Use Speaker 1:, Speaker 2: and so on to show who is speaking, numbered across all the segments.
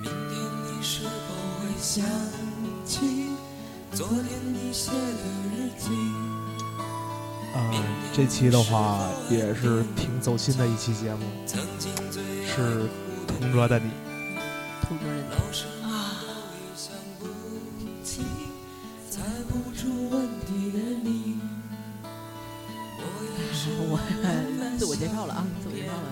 Speaker 1: 明天你是否会想起昨天你写的日记？
Speaker 2: 啊、
Speaker 3: 嗯
Speaker 2: 这期的话也是挺走心的一期节目，
Speaker 1: 曾经最
Speaker 2: 是同桌的你。
Speaker 4: 同桌的
Speaker 1: 老师啊，想不起，猜不出问题的你。我也是
Speaker 4: 你，我自我介绍了啊，自我介绍了，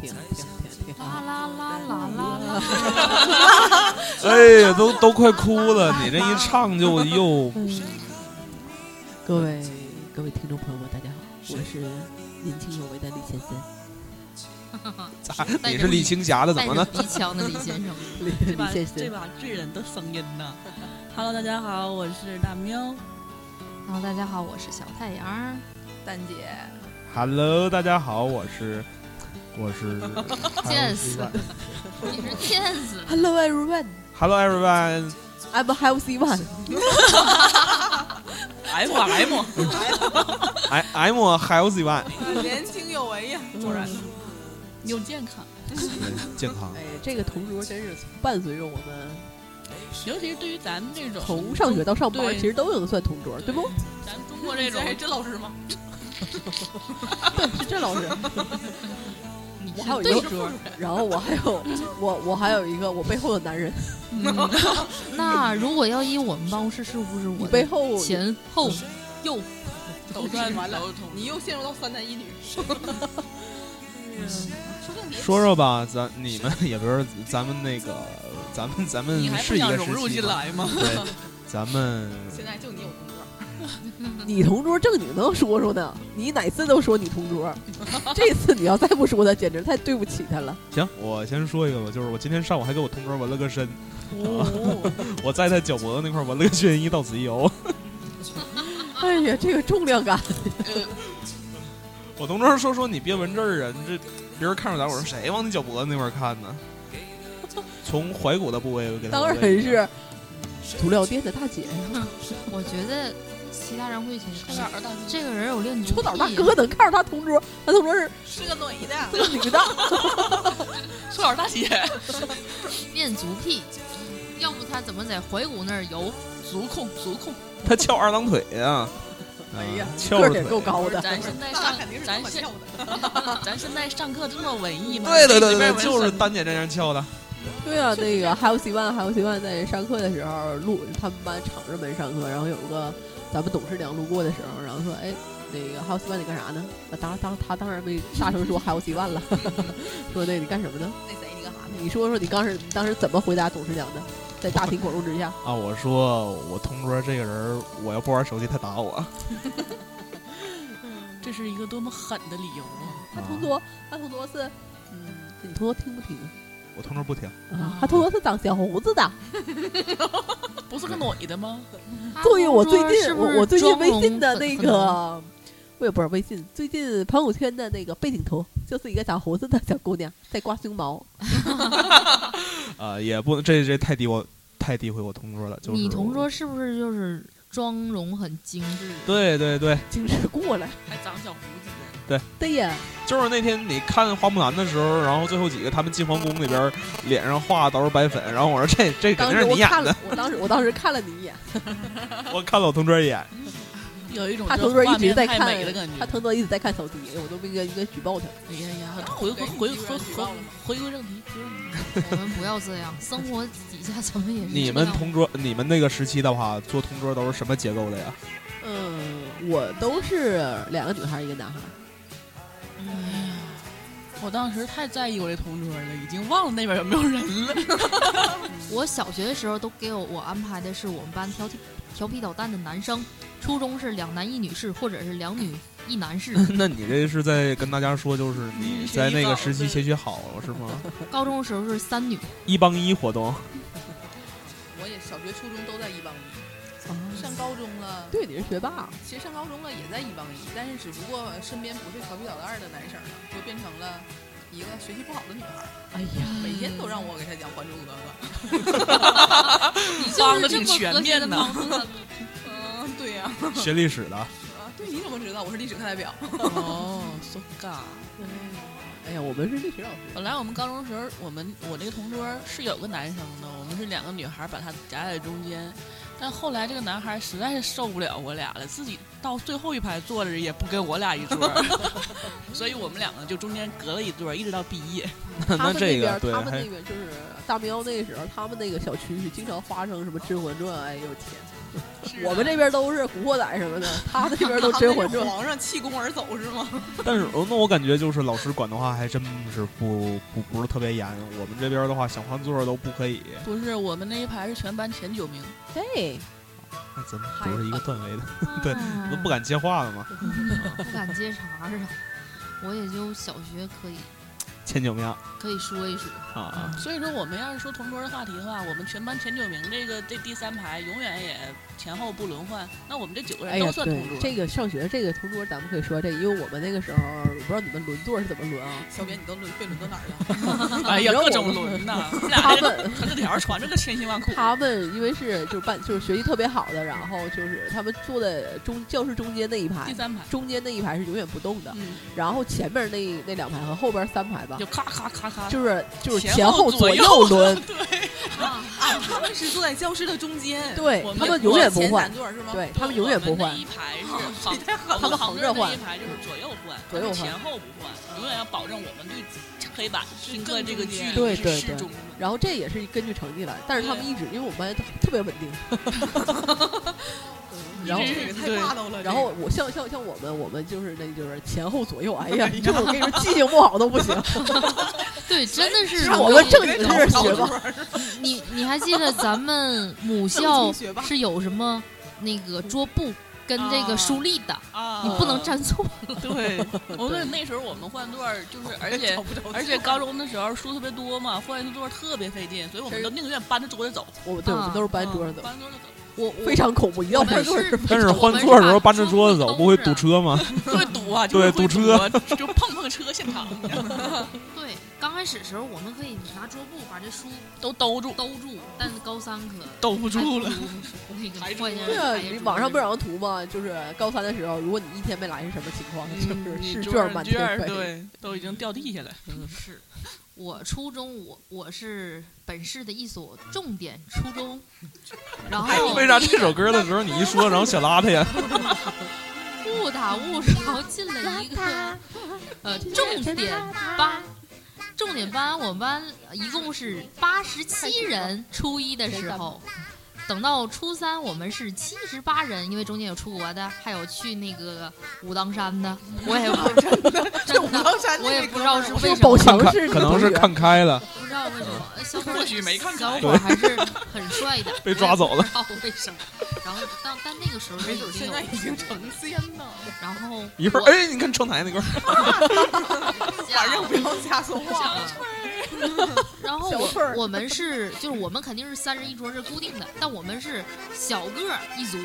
Speaker 4: 挺挺挺挺挺好。
Speaker 5: 啦啦啦啦啦！
Speaker 3: 哎呀，都都快哭了！你这一唱就又
Speaker 4: 嗯，各位各位听众朋友们，大家好，我是年轻有为的李先生，
Speaker 3: 咋？你是李青 霞的怎么 了？
Speaker 5: 鼻腔的李先生，
Speaker 4: 李
Speaker 6: 这把
Speaker 4: 李先
Speaker 6: 这
Speaker 4: 生，
Speaker 6: 把醉人的声音 呢？Hello，大家好，我是大喵。
Speaker 5: 然后大家好，我是小太阳儿，
Speaker 7: 蛋姐，
Speaker 2: Hello，大家好，我是我 是
Speaker 5: 见死 你是骗子。
Speaker 4: Hello everyone,
Speaker 3: Hello everyone，
Speaker 4: I'm healthy one。
Speaker 6: M M，
Speaker 3: i I'm healthy one，
Speaker 7: 年轻有为呀，果然。
Speaker 6: 又健康，
Speaker 3: 健康
Speaker 4: 哎，这个同桌真是伴随着我们
Speaker 6: 尤其是对于咱们这种
Speaker 4: 从上学到上班，
Speaker 6: 对
Speaker 4: 其实都能算同桌，对不？
Speaker 6: 咱们中国这种，
Speaker 7: 这老师吗？
Speaker 4: 是这老师。
Speaker 6: 你
Speaker 4: 我
Speaker 6: 是
Speaker 4: 还有一
Speaker 6: 对
Speaker 4: 个
Speaker 6: 桌，
Speaker 4: 然后我还有我我还有一个我背后的男人，
Speaker 5: 那如果要依我们办公室是不是
Speaker 4: 你
Speaker 5: 我
Speaker 4: 背
Speaker 5: 的
Speaker 4: 后
Speaker 5: 前后右？
Speaker 7: 都
Speaker 6: 转
Speaker 7: 完
Speaker 6: 完
Speaker 7: 了
Speaker 6: 了，
Speaker 7: 你又陷入到三男一女。
Speaker 3: 说说吧，咱你们也不是咱们那个，咱们咱们
Speaker 6: 你还不
Speaker 3: 嗯是一
Speaker 6: 想
Speaker 3: 个时
Speaker 6: 融入
Speaker 3: 期
Speaker 6: 进
Speaker 3: 吗？
Speaker 6: 来吗？
Speaker 3: 对，咱 们
Speaker 7: 现在就你有工作，
Speaker 4: 你同桌正经能说说呢，你哪次都说你同桌， 这次你要再不说他，简直太对不起他了。
Speaker 3: 行，我先说一个吧，就是我今天上午还给我同桌纹了个身，
Speaker 4: 哦，
Speaker 3: 我在他脚脖子那块儿纹了个眩晕到此一游。
Speaker 4: 哎呀，这个重量感，
Speaker 3: 我同桌说说你别纹这儿啊，你这别人看着咱，我说谁往你脚脖子那块儿看 呢？从踝骨的部位给他
Speaker 4: 当
Speaker 3: 纹了
Speaker 4: 然
Speaker 3: 一个，
Speaker 4: 是涂料店的大姐呀，
Speaker 5: 我觉得其他人会觉
Speaker 7: 臭
Speaker 5: 得
Speaker 7: 小子大哥
Speaker 5: 这个人有恋
Speaker 4: 臭
Speaker 5: 足
Speaker 4: 澡大
Speaker 5: 癖。
Speaker 4: 哥能看着他同桌，他同桌是
Speaker 7: 是个女的，
Speaker 4: 个女
Speaker 3: 啊
Speaker 4: 的，
Speaker 6: 说点大姐，
Speaker 5: 恋足癖，要不他怎么在踝骨那儿游？
Speaker 6: 足控足控，
Speaker 3: 他翘二郎腿啊，
Speaker 4: 哎
Speaker 3: 啊，
Speaker 4: 呀
Speaker 3: 翘
Speaker 4: 个
Speaker 3: 着
Speaker 4: 儿也
Speaker 3: 腿，
Speaker 4: 够高的。
Speaker 6: 咱现在
Speaker 7: 那
Speaker 6: 上
Speaker 7: 肯定是
Speaker 6: 咱
Speaker 7: 这么
Speaker 6: 现
Speaker 7: 跳的。
Speaker 6: 咱现在上课这么文艺吗？
Speaker 3: 对 对对
Speaker 6: 里边
Speaker 3: 对，
Speaker 6: 纹
Speaker 3: 就是
Speaker 6: 身
Speaker 3: 丹姐这样翘的。
Speaker 4: 对啊，那个还有 C One，还有 C One 在上课的时候路，他们班敞着门上课，然后有个咱们董事长路过的时候，然后说，哎，那个还有 C One 你干啥呢？啊，当当他当然没大声说还有 C One 了，说那你干什么呢？
Speaker 7: 那谁，你干啥呢？
Speaker 4: 你说说你当时当时怎么回答董事长的？在大庭广众之下，
Speaker 3: 啊，我说我同桌这个人儿，我要不玩手机，他打我。啊
Speaker 6: 这是一个多么狠的理由啊！
Speaker 4: 嗯他同桌，他同桌是，嗯，你同桌听不听
Speaker 3: 我同桌不听，
Speaker 4: 啊？啊，他同桌是长小胡子的。
Speaker 6: 不是个女的吗？
Speaker 5: 他
Speaker 4: 作为我
Speaker 6: 啊
Speaker 4: 最
Speaker 5: 同桌
Speaker 4: 近
Speaker 5: 是不
Speaker 4: 我
Speaker 5: 是
Speaker 4: 我最近
Speaker 5: 妆
Speaker 4: 微
Speaker 5: 容
Speaker 4: 信的
Speaker 5: 很
Speaker 4: 那
Speaker 5: 很浓
Speaker 4: 个，啊 我也不知道微信最近朋友圈的那个背景图，就是一个长胡子的小姑娘在刮胸毛。
Speaker 3: 啊，也不这这太低我太诋毁我同桌了。就是
Speaker 5: 你同桌是不是就是妆容很精致？
Speaker 3: 对对对，
Speaker 4: 精致过来，
Speaker 6: 还长小胡子呢，
Speaker 4: 对呀，
Speaker 3: 就是那天你看花木兰的时候，然后最后几个他们进皇宫里边儿，脸上画的都是白粉，然后我说这 这肯
Speaker 4: 当
Speaker 3: 定
Speaker 4: 时
Speaker 3: 是
Speaker 4: 我
Speaker 3: 你演
Speaker 4: 看
Speaker 3: 的
Speaker 4: 了，，我当时我当时看了你一眼，
Speaker 3: 我看了我同桌一 眼，
Speaker 6: 有一种
Speaker 4: 他
Speaker 6: 这
Speaker 4: 同桌一
Speaker 6: 画
Speaker 4: 直
Speaker 6: 面
Speaker 4: 在
Speaker 6: 太
Speaker 4: 看
Speaker 6: 美的感，
Speaker 4: 他
Speaker 6: 觉。
Speaker 4: 同桌一直在看手机，我都不应该应该举报他。
Speaker 6: 哎呀呀，回回回回回回归正题，回归正题
Speaker 5: 我们不要这样，生活底下咱们也是
Speaker 3: 你
Speaker 5: 这
Speaker 3: 们
Speaker 5: 样
Speaker 3: 同桌，你们那个时期的话，做同桌都是什么结构的呀？
Speaker 4: 嗯，我都是两个女孩一个男孩，
Speaker 6: 哎呀，我当时太在意我这同桌了，已经忘了那边有没有人了。
Speaker 5: 我小学的时候都给我我安排的是我们班调皮调皮捣蛋的男生，初中是两男一女室，或者是两女一 男室，
Speaker 3: 那你这是在跟大家说，就是你
Speaker 6: 嗯学
Speaker 3: 在
Speaker 6: 习
Speaker 3: 那个
Speaker 6: 好
Speaker 3: 时期
Speaker 6: 对
Speaker 3: 学习好是 吗？
Speaker 5: 高中的时候是三女。
Speaker 3: 一帮一活动，
Speaker 7: 我也小学、初中都在一帮一，上高中了。
Speaker 4: 对，你是学霸，
Speaker 7: 其实上高中了也在一帮一，但是只不过身边不是调皮捣蛋的男生了，就变成了一个学习不好的女孩儿，
Speaker 4: 哎呀，
Speaker 6: 嗯
Speaker 7: 每天都让我给她讲《还珠格格》。
Speaker 5: 你
Speaker 6: 帮得挺全面的
Speaker 5: 啊
Speaker 7: 嗯，对呀、
Speaker 3: 学历史的，
Speaker 7: 啊，对，你怎么知道我是历史课代表？
Speaker 6: 哦，so ga，
Speaker 4: 哎呀，我们是历史老师，
Speaker 6: 本来我们高中时候，我们我这个同桌是有个男生的，我们是两个女孩把他夹在中间，但后来这个男孩实在是受不了我俩了，自己到最后一排坐着也不跟我俩一桌， 所以我们两个就中间隔了一桌，一直到毕业。
Speaker 4: 他
Speaker 3: 那
Speaker 4: 们
Speaker 3: 这
Speaker 4: 边
Speaker 3: 个
Speaker 4: 儿
Speaker 3: 对
Speaker 4: 他们
Speaker 3: 还
Speaker 4: 那边就是大喵那时候，他们那个小区是经常发生什么《甄嬛传》，哎呦天，
Speaker 6: 啊
Speaker 4: 我们这边都是《古惑仔》什么的，他们那边 都《甄嬛传》。
Speaker 6: 皇上弃宫而走是吗？
Speaker 3: 但是哦那我感觉就是老师管的话还真是不不不是特别严，我们这边的话想换座都不可以，
Speaker 6: 不是，我们那一排是全班前九名，
Speaker 4: 哎嘿，
Speaker 3: 那咱们不是一个段位的， 对
Speaker 5: 啊
Speaker 4: 嗯
Speaker 3: 都不敢接话了嘛，
Speaker 5: 不敢接茬儿啊。我也就小学可以
Speaker 3: 前九名
Speaker 5: 可以说一说，
Speaker 3: 啊，
Speaker 6: 所以说我们要是说同桌的话题的话，我们全班前九名这个这第三排永远也前后不轮换，那我们这九个
Speaker 4: 哎
Speaker 6: 人
Speaker 4: 呀
Speaker 6: 都，算同
Speaker 4: 对，
Speaker 6: 桌。
Speaker 4: 这个上学这个同桌，咱们可以说这个，因为我们那个时候，我不知道你们轮座是怎么轮 啊？
Speaker 7: 小编，你都轮被轮到哪儿了？
Speaker 6: 哎呀，
Speaker 4: 你知道
Speaker 6: 各
Speaker 4: 我
Speaker 6: 种
Speaker 4: 们
Speaker 6: 轮呐，我 们
Speaker 4: 他
Speaker 6: 俩这
Speaker 4: 们
Speaker 6: 传纸条传这个千辛万苦。
Speaker 4: 他们因为是就是办就是学习特别好的，然后就是他们坐在中教室中间那一
Speaker 6: 第
Speaker 4: 排，
Speaker 6: 三排，
Speaker 4: 中间那一排是永远不动的，
Speaker 6: 嗯，
Speaker 4: 然后前面那那两排和后边三排吧
Speaker 6: 就，咔咔咔咔，
Speaker 4: 就是就是
Speaker 6: 前
Speaker 4: 前
Speaker 6: 后
Speaker 4: 后
Speaker 6: 左
Speaker 4: 左
Speaker 6: 右
Speaker 4: 右轮，
Speaker 7: 他们是坐在教室的中间，
Speaker 4: 对
Speaker 6: 我们
Speaker 4: 他们
Speaker 7: 我
Speaker 4: 永远不
Speaker 7: 前
Speaker 4: 换
Speaker 7: 男，座是吗？
Speaker 4: 对他们永远不
Speaker 6: 我们那
Speaker 4: 换
Speaker 6: 一。排是
Speaker 7: 哦
Speaker 6: 横，他
Speaker 4: 他们横着换
Speaker 6: 一排就是左右换，
Speaker 4: 左右换
Speaker 6: 前后不换，永远要保证我们对黑板听课这个距离
Speaker 4: 对对
Speaker 6: 是适
Speaker 4: 对
Speaker 6: 中的。
Speaker 4: 然后这也是根据成绩来，但是他们一直因为我们班特别稳定，然后
Speaker 6: 一直
Speaker 7: 这个太霸道了。
Speaker 4: 然后我像像像我们，我们就是那就是前后左右，哎呀，你这我跟你说，记性不好都不行。
Speaker 5: 对，真的是啊
Speaker 4: 是我们正经
Speaker 5: 有
Speaker 4: 在这儿学吧。
Speaker 5: 你你还记得咱们母
Speaker 7: 正
Speaker 5: 校
Speaker 7: 经学霸
Speaker 5: 是有什么那个桌布跟这个书立的，
Speaker 6: 啊
Speaker 5: 你不能。站错。
Speaker 6: 对，我们那时候我们换座儿就是，而且
Speaker 7: 找不着座儿
Speaker 6: 而且高中的时候书特别多嘛，换座儿特别费劲，所以我们都宁愿搬着桌子走，啊
Speaker 4: 我对我们都是搬桌上走，
Speaker 6: 搬桌子走，
Speaker 5: 我
Speaker 4: 非常恐怖，一到
Speaker 5: 我
Speaker 4: 搬
Speaker 5: 们
Speaker 4: 桌上
Speaker 5: 是，
Speaker 3: 但是换座的时候搬着桌子走，不会堵
Speaker 5: 车。
Speaker 3: 车吗？
Speaker 6: 会堵啊，
Speaker 3: 对
Speaker 6: 就是会
Speaker 3: 堵车
Speaker 6: 堵啊，就碰碰车现场，你知道吗
Speaker 5: 对，刚开始的时候我们可以拿桌布把这书
Speaker 6: 都兜住，
Speaker 5: 兜住，但是高三可
Speaker 6: 兜不住了。
Speaker 5: 那个
Speaker 6: 抬住
Speaker 5: 换 下
Speaker 4: 对啊，
Speaker 5: 来
Speaker 4: 你网上不有张图吗？就是高三的时候，如果你一天没来是什么情况？
Speaker 7: 嗯
Speaker 4: 就是
Speaker 6: 你
Speaker 4: 试
Speaker 6: 桌
Speaker 4: 卷
Speaker 6: 上
Speaker 4: 满
Speaker 6: 卷儿
Speaker 4: 天飞。
Speaker 6: 对，都已经掉地下了。
Speaker 5: 是，我初中我我是本市的一所重点初中，然
Speaker 3: 哎
Speaker 5: 后
Speaker 3: 为啥这首歌的时候你一说，然后想拉他呀？
Speaker 5: 误打误撞进了一个呃重点班。重点班，我们班一共是八十七人，初一的时候，等到初三我们是七十八人，因为中间有出国的，还有去那个武当山的，我也不真的，真的，
Speaker 7: 山
Speaker 5: 我也不知道是为
Speaker 4: 是
Speaker 5: 什
Speaker 4: 宝
Speaker 5: 么，
Speaker 3: 看
Speaker 4: 强
Speaker 3: 看
Speaker 4: 是啊
Speaker 3: 可能是 看开了，
Speaker 5: 不知道为什么，呃小伙
Speaker 6: 或许没看出
Speaker 5: 小
Speaker 6: 来
Speaker 5: 伙还是很帅的，
Speaker 3: 被抓走了
Speaker 5: 我也不知道为什么。然后，但但那个时候就
Speaker 7: 没
Speaker 5: 已
Speaker 7: 准
Speaker 5: 经
Speaker 7: 哎现
Speaker 5: 有
Speaker 7: 在已经成仙了。
Speaker 5: 然后
Speaker 3: 一会儿哎，你看窗台那块儿，
Speaker 7: 反正不要瞎说话。
Speaker 5: 然后
Speaker 4: 小份
Speaker 5: 我
Speaker 4: 儿
Speaker 5: 我们是就是我们肯定是三人一桌是固定的，但我们是小个儿一组，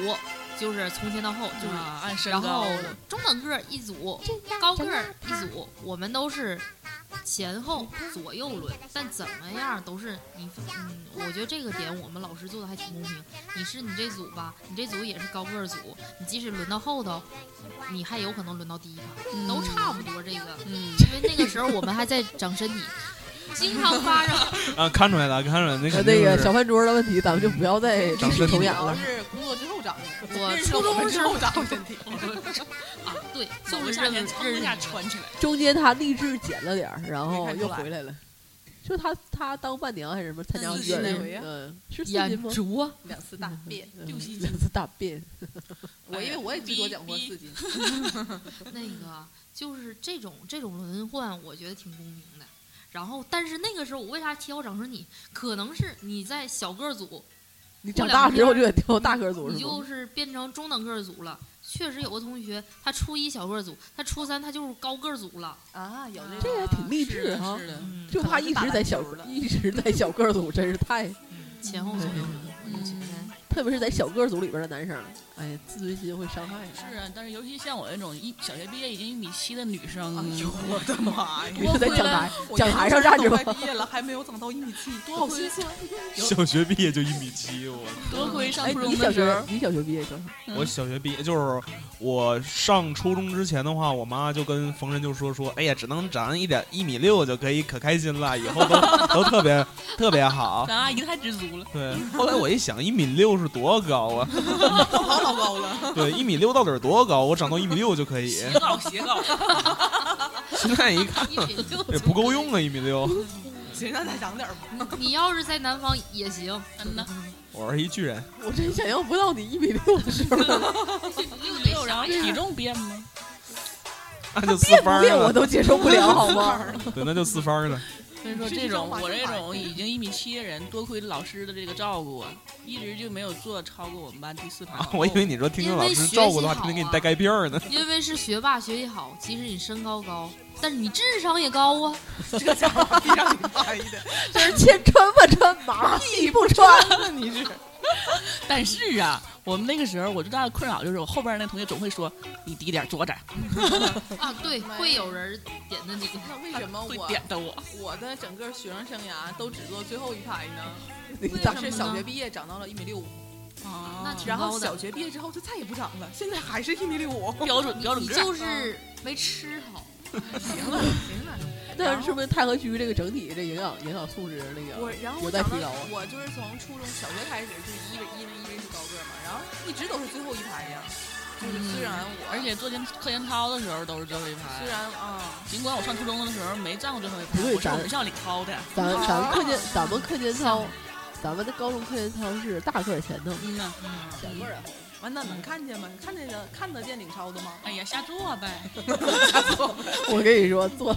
Speaker 5: 就是从前到后就是，
Speaker 6: 啊，按身
Speaker 5: 然
Speaker 6: 高
Speaker 5: 后中等个儿一组，高个儿一组，我们都是前后左右轮，但怎么样都是你嗯，我觉得这个点我们老师做的还挺公平。你是你这组吧，你这组也是高个儿组，你即使轮到后头，你还有可能轮到第一排，都差不多这个。
Speaker 6: 嗯，
Speaker 5: 因为那个时候我们还在长 身体，经常发生
Speaker 3: 啊，看出来了，看出来了，那
Speaker 4: 呃
Speaker 3: 肯定
Speaker 4: 那个
Speaker 3: 是
Speaker 4: 小饭桌的问题，咱们就不要再
Speaker 3: 长
Speaker 4: 历史
Speaker 3: 身体
Speaker 4: 重
Speaker 7: 主
Speaker 4: 演
Speaker 7: 要
Speaker 4: 了。
Speaker 7: 是工作之后长的，
Speaker 5: 我
Speaker 7: 认识
Speaker 5: 初
Speaker 7: 我
Speaker 5: 中
Speaker 7: 们
Speaker 5: 时
Speaker 7: 之
Speaker 5: 候
Speaker 7: 后长的身体。
Speaker 5: 啊，对，就
Speaker 6: 就是是
Speaker 5: 认
Speaker 6: 夏
Speaker 5: 认
Speaker 6: 天蹭一下
Speaker 5: 识
Speaker 6: 穿起来，
Speaker 4: 中间他励志减了点儿，然后
Speaker 7: 没看出
Speaker 4: 又
Speaker 7: 来
Speaker 4: 回来了。就他他当伴娘还是什么参加
Speaker 7: 嗯
Speaker 4: 阅
Speaker 7: 四
Speaker 4: 人
Speaker 7: 十回啊
Speaker 4: 嗯，是四斤
Speaker 5: 眼
Speaker 4: 吗？
Speaker 5: 拙，
Speaker 7: 两次大便，
Speaker 4: 嗯
Speaker 6: 六七斤
Speaker 4: 两次大哎便，
Speaker 7: 我因为我也最多讲过四斤，
Speaker 5: 那个就是这种这种轮换，我觉得挺公平的。然后，但是那个时候我为啥挑长身体？可能是你在小个儿组，
Speaker 4: 你长大之后就得挑大个儿组
Speaker 5: 你
Speaker 4: 是吗
Speaker 5: 就？是变成中等个儿组了。确实有个同学，他初一小个儿组，他初三他就是高个儿组了。
Speaker 7: 啊，有那
Speaker 4: 嗯这
Speaker 7: 种
Speaker 4: 个挺励
Speaker 6: 是
Speaker 4: 志啊
Speaker 6: 的
Speaker 4: 哈
Speaker 6: 是，的，
Speaker 5: 嗯，
Speaker 4: 就怕一直在小
Speaker 7: 可能是打篮球了
Speaker 4: 一直在小个儿组，真是太，
Speaker 6: 嗯
Speaker 5: 前后左右轮，我就觉得
Speaker 4: 特别是在小个儿组里边的男生，哎呀，自尊心会伤害人。
Speaker 6: 是啊，但是尤其像我这种一小学毕业已经一米七的女生，
Speaker 4: 哎呦
Speaker 6: 我的妈
Speaker 4: 你是在讲台
Speaker 7: 我
Speaker 4: 讲台上站着吗？
Speaker 7: 都快毕业了还没有长到一米七，多好心酸！
Speaker 3: 小学毕业就一米七，我
Speaker 6: 多亏上
Speaker 4: 哎，
Speaker 6: 初
Speaker 4: 你
Speaker 6: 中
Speaker 4: 小
Speaker 6: 的时
Speaker 4: 学
Speaker 6: 候，
Speaker 4: 你小学毕业多少？
Speaker 3: 我小学毕业就是我上初中之前的话，我妈就跟逢人就说说，哎呀，只能长一点一米六就可以，可开心了，以后都都特别特别好。
Speaker 6: 咱阿姨太知足了。
Speaker 3: 对，后来我一想，一米六是多高啊？
Speaker 7: 好老高 了，
Speaker 3: 对，一米六到底是多高？我长到一米六就可以。
Speaker 6: 斜杠斜杠，
Speaker 3: 现在一
Speaker 6: 嗯
Speaker 3: 看
Speaker 5: 一米六
Speaker 3: 也不够用啊，一米六。
Speaker 7: 行，让再长点吧。
Speaker 5: 你要是在南方也行，
Speaker 6: 嗯 呐，
Speaker 3: 我是一巨人，
Speaker 4: 我真想象不到你一米六的时候，
Speaker 5: 六
Speaker 6: 没有然后体
Speaker 5: 呀？
Speaker 6: 重变吗？
Speaker 3: 那就四
Speaker 4: 变
Speaker 3: 番
Speaker 4: 不
Speaker 3: 儿
Speaker 4: 变
Speaker 7: 啊
Speaker 4: 我
Speaker 3: 了。
Speaker 4: 都接受不了，好吗？
Speaker 3: 对，那就四番儿了。
Speaker 6: 所以说
Speaker 7: 是一
Speaker 6: 这种
Speaker 7: 种
Speaker 6: 我这
Speaker 7: 玩
Speaker 6: 种已经一米七的人，多亏老师的这个照顾，啊，一直就没有做超过我们班第四排往
Speaker 3: 啊，
Speaker 6: 后。
Speaker 3: 我以为你说听听老师照顾的话，天天给你带钙片儿呢。
Speaker 5: 因为是学霸，学习好，即使你身高高，但是你智商也高啊。
Speaker 7: 这家伙比让你大一点，
Speaker 4: 就是千穿万穿，麻屁不穿了，你是
Speaker 6: 但是啊，我们那个时候我最大的困扰就是，我后边那同学总会说你低点儿坐着，
Speaker 5: 啊，对，
Speaker 7: 妈呀
Speaker 5: 会有人点的你。
Speaker 7: 那为什么
Speaker 6: 会
Speaker 7: 我
Speaker 6: 点的哦我。
Speaker 7: 我的整个学生生涯都只坐最后一排呢？
Speaker 4: 你
Speaker 5: 为
Speaker 4: 咋
Speaker 5: 什么
Speaker 7: 是小
Speaker 5: 呢
Speaker 7: 学毕业长到了一米六五，
Speaker 6: 啊
Speaker 5: 那挺
Speaker 7: 然后
Speaker 5: 高的
Speaker 7: 小学毕业之后就再也不长了，现在还是一米六五。
Speaker 6: 标准标准
Speaker 5: 你
Speaker 6: 个儿，
Speaker 5: 就是没吃 好，
Speaker 7: 行了行了，
Speaker 4: 那说明太和区这个整体这营养营养素质那
Speaker 7: 我
Speaker 4: 个
Speaker 7: 然后
Speaker 4: 有
Speaker 7: 我
Speaker 4: 待
Speaker 7: 长
Speaker 4: 提
Speaker 7: 到
Speaker 4: 高啊。
Speaker 7: 我就是从初中小学开始就一米一米一米是高个儿嘛，然后一直都是最后一排呀。就是虽然我，哎
Speaker 6: 而且做监课间操的时候都是最后一排
Speaker 7: 虽。然啊，
Speaker 6: 尽管我上初中的时候没站过最后一
Speaker 4: 不
Speaker 6: 排，
Speaker 4: 对
Speaker 6: 我是我
Speaker 4: 咱
Speaker 6: 们校里掏的。
Speaker 4: 咱
Speaker 7: 啊
Speaker 4: 咱们课间咱们课间操，咱们的高中课间操是大个儿前头，
Speaker 6: 嗯呐，
Speaker 4: 小个儿后。
Speaker 7: 完了能看见吗？看见的看得见领超的吗？
Speaker 6: 哎呀，瞎做呗。
Speaker 4: 我跟你说，坐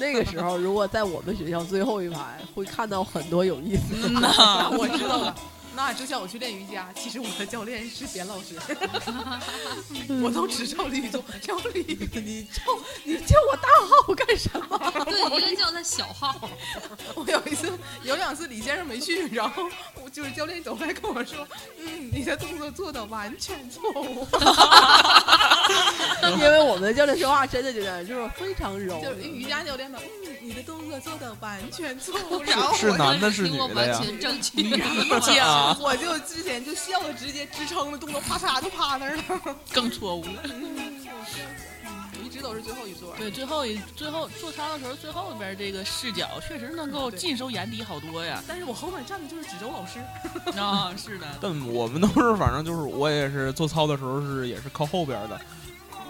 Speaker 4: 那个时候，如果在我们学校最后一排，会看到很多有意思。
Speaker 6: 嗯呐，
Speaker 7: 啊我知道了。 那就像我去练瑜伽，其实我的教练是扁 老师，我都只照李宗，照李，你照
Speaker 4: 你叫我大号干什么？
Speaker 5: 对，你应该叫他小号。
Speaker 7: 我有一次有两次李先生没去，然后我就是教练走过来跟我说，嗯，你的动作做的完全错误，
Speaker 4: 因为我们的教练说话真的就这样，就是非常柔。
Speaker 7: 就是瑜伽教练嘛，嗯，你的动作做的完全错 误，然后
Speaker 3: 是
Speaker 7: 我
Speaker 3: 男的是
Speaker 5: 听
Speaker 3: 女
Speaker 5: 过
Speaker 3: 的呀
Speaker 5: 完？全正确。
Speaker 6: 啊
Speaker 7: 就我就之前就笑的直接支撑着动作啪嚓就趴那儿了， 嗯
Speaker 6: 更错误了。
Speaker 7: 一直都是最后一座，
Speaker 6: 对，最后一最后做操的时候，最后边这个视角确实能够尽收眼底好多 呀。
Speaker 7: 但是我后面站的就是指周老师，
Speaker 6: 啊，是的，
Speaker 3: 但我们都是，反正就是我也是做操的时候是也是靠后边儿的，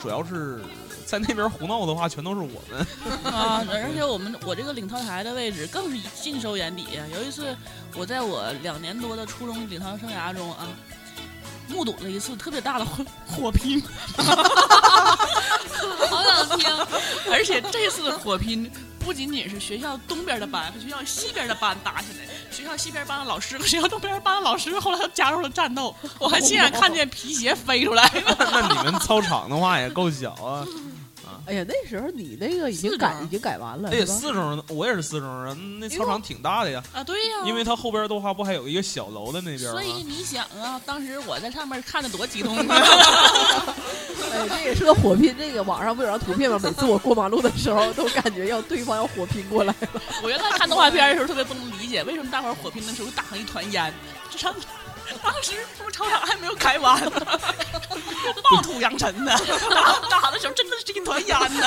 Speaker 3: 主要是在那边胡闹的话，全都是我们。
Speaker 6: 啊，而且我们我这个领操台的位置更是尽收眼底。有一次，我在我两年多的初中领操生涯中啊，目睹了一次特别大的火火拼，
Speaker 5: 好想听，
Speaker 6: 而且这次的火拼不仅仅是学校东边的班和学校西边的班打起来，学校西边班的老师和学校东边班的老师后来都加入了战斗，我还亲眼看见皮鞋飞出来。
Speaker 3: 那你们操场的话也够小啊。
Speaker 4: 哎呀，那时候你那个已经
Speaker 6: 四
Speaker 4: 改
Speaker 6: 张
Speaker 4: 已经改完了，
Speaker 3: 哎，
Speaker 4: 是吧？
Speaker 3: 四中，我也是四中人，那操场挺大的呀，
Speaker 6: 啊，对呀、
Speaker 3: 因为它后边的话不还有一个小楼的那边
Speaker 6: 所以
Speaker 3: 吗？
Speaker 6: 你想啊，当时我在上面看的多激动啊
Speaker 4: 哎，这也是个火拼。这个网上不有张图片吗？每次我过马路的时候，都感觉要对方要火拼过来。
Speaker 6: 我原来看动画片的时候特别不能理解，为什么大伙儿火拼的时候打成一团烟，这上当时他们操场还没有开完呢， 暴土扬尘呢， 打打的时候真的是一团烟呢。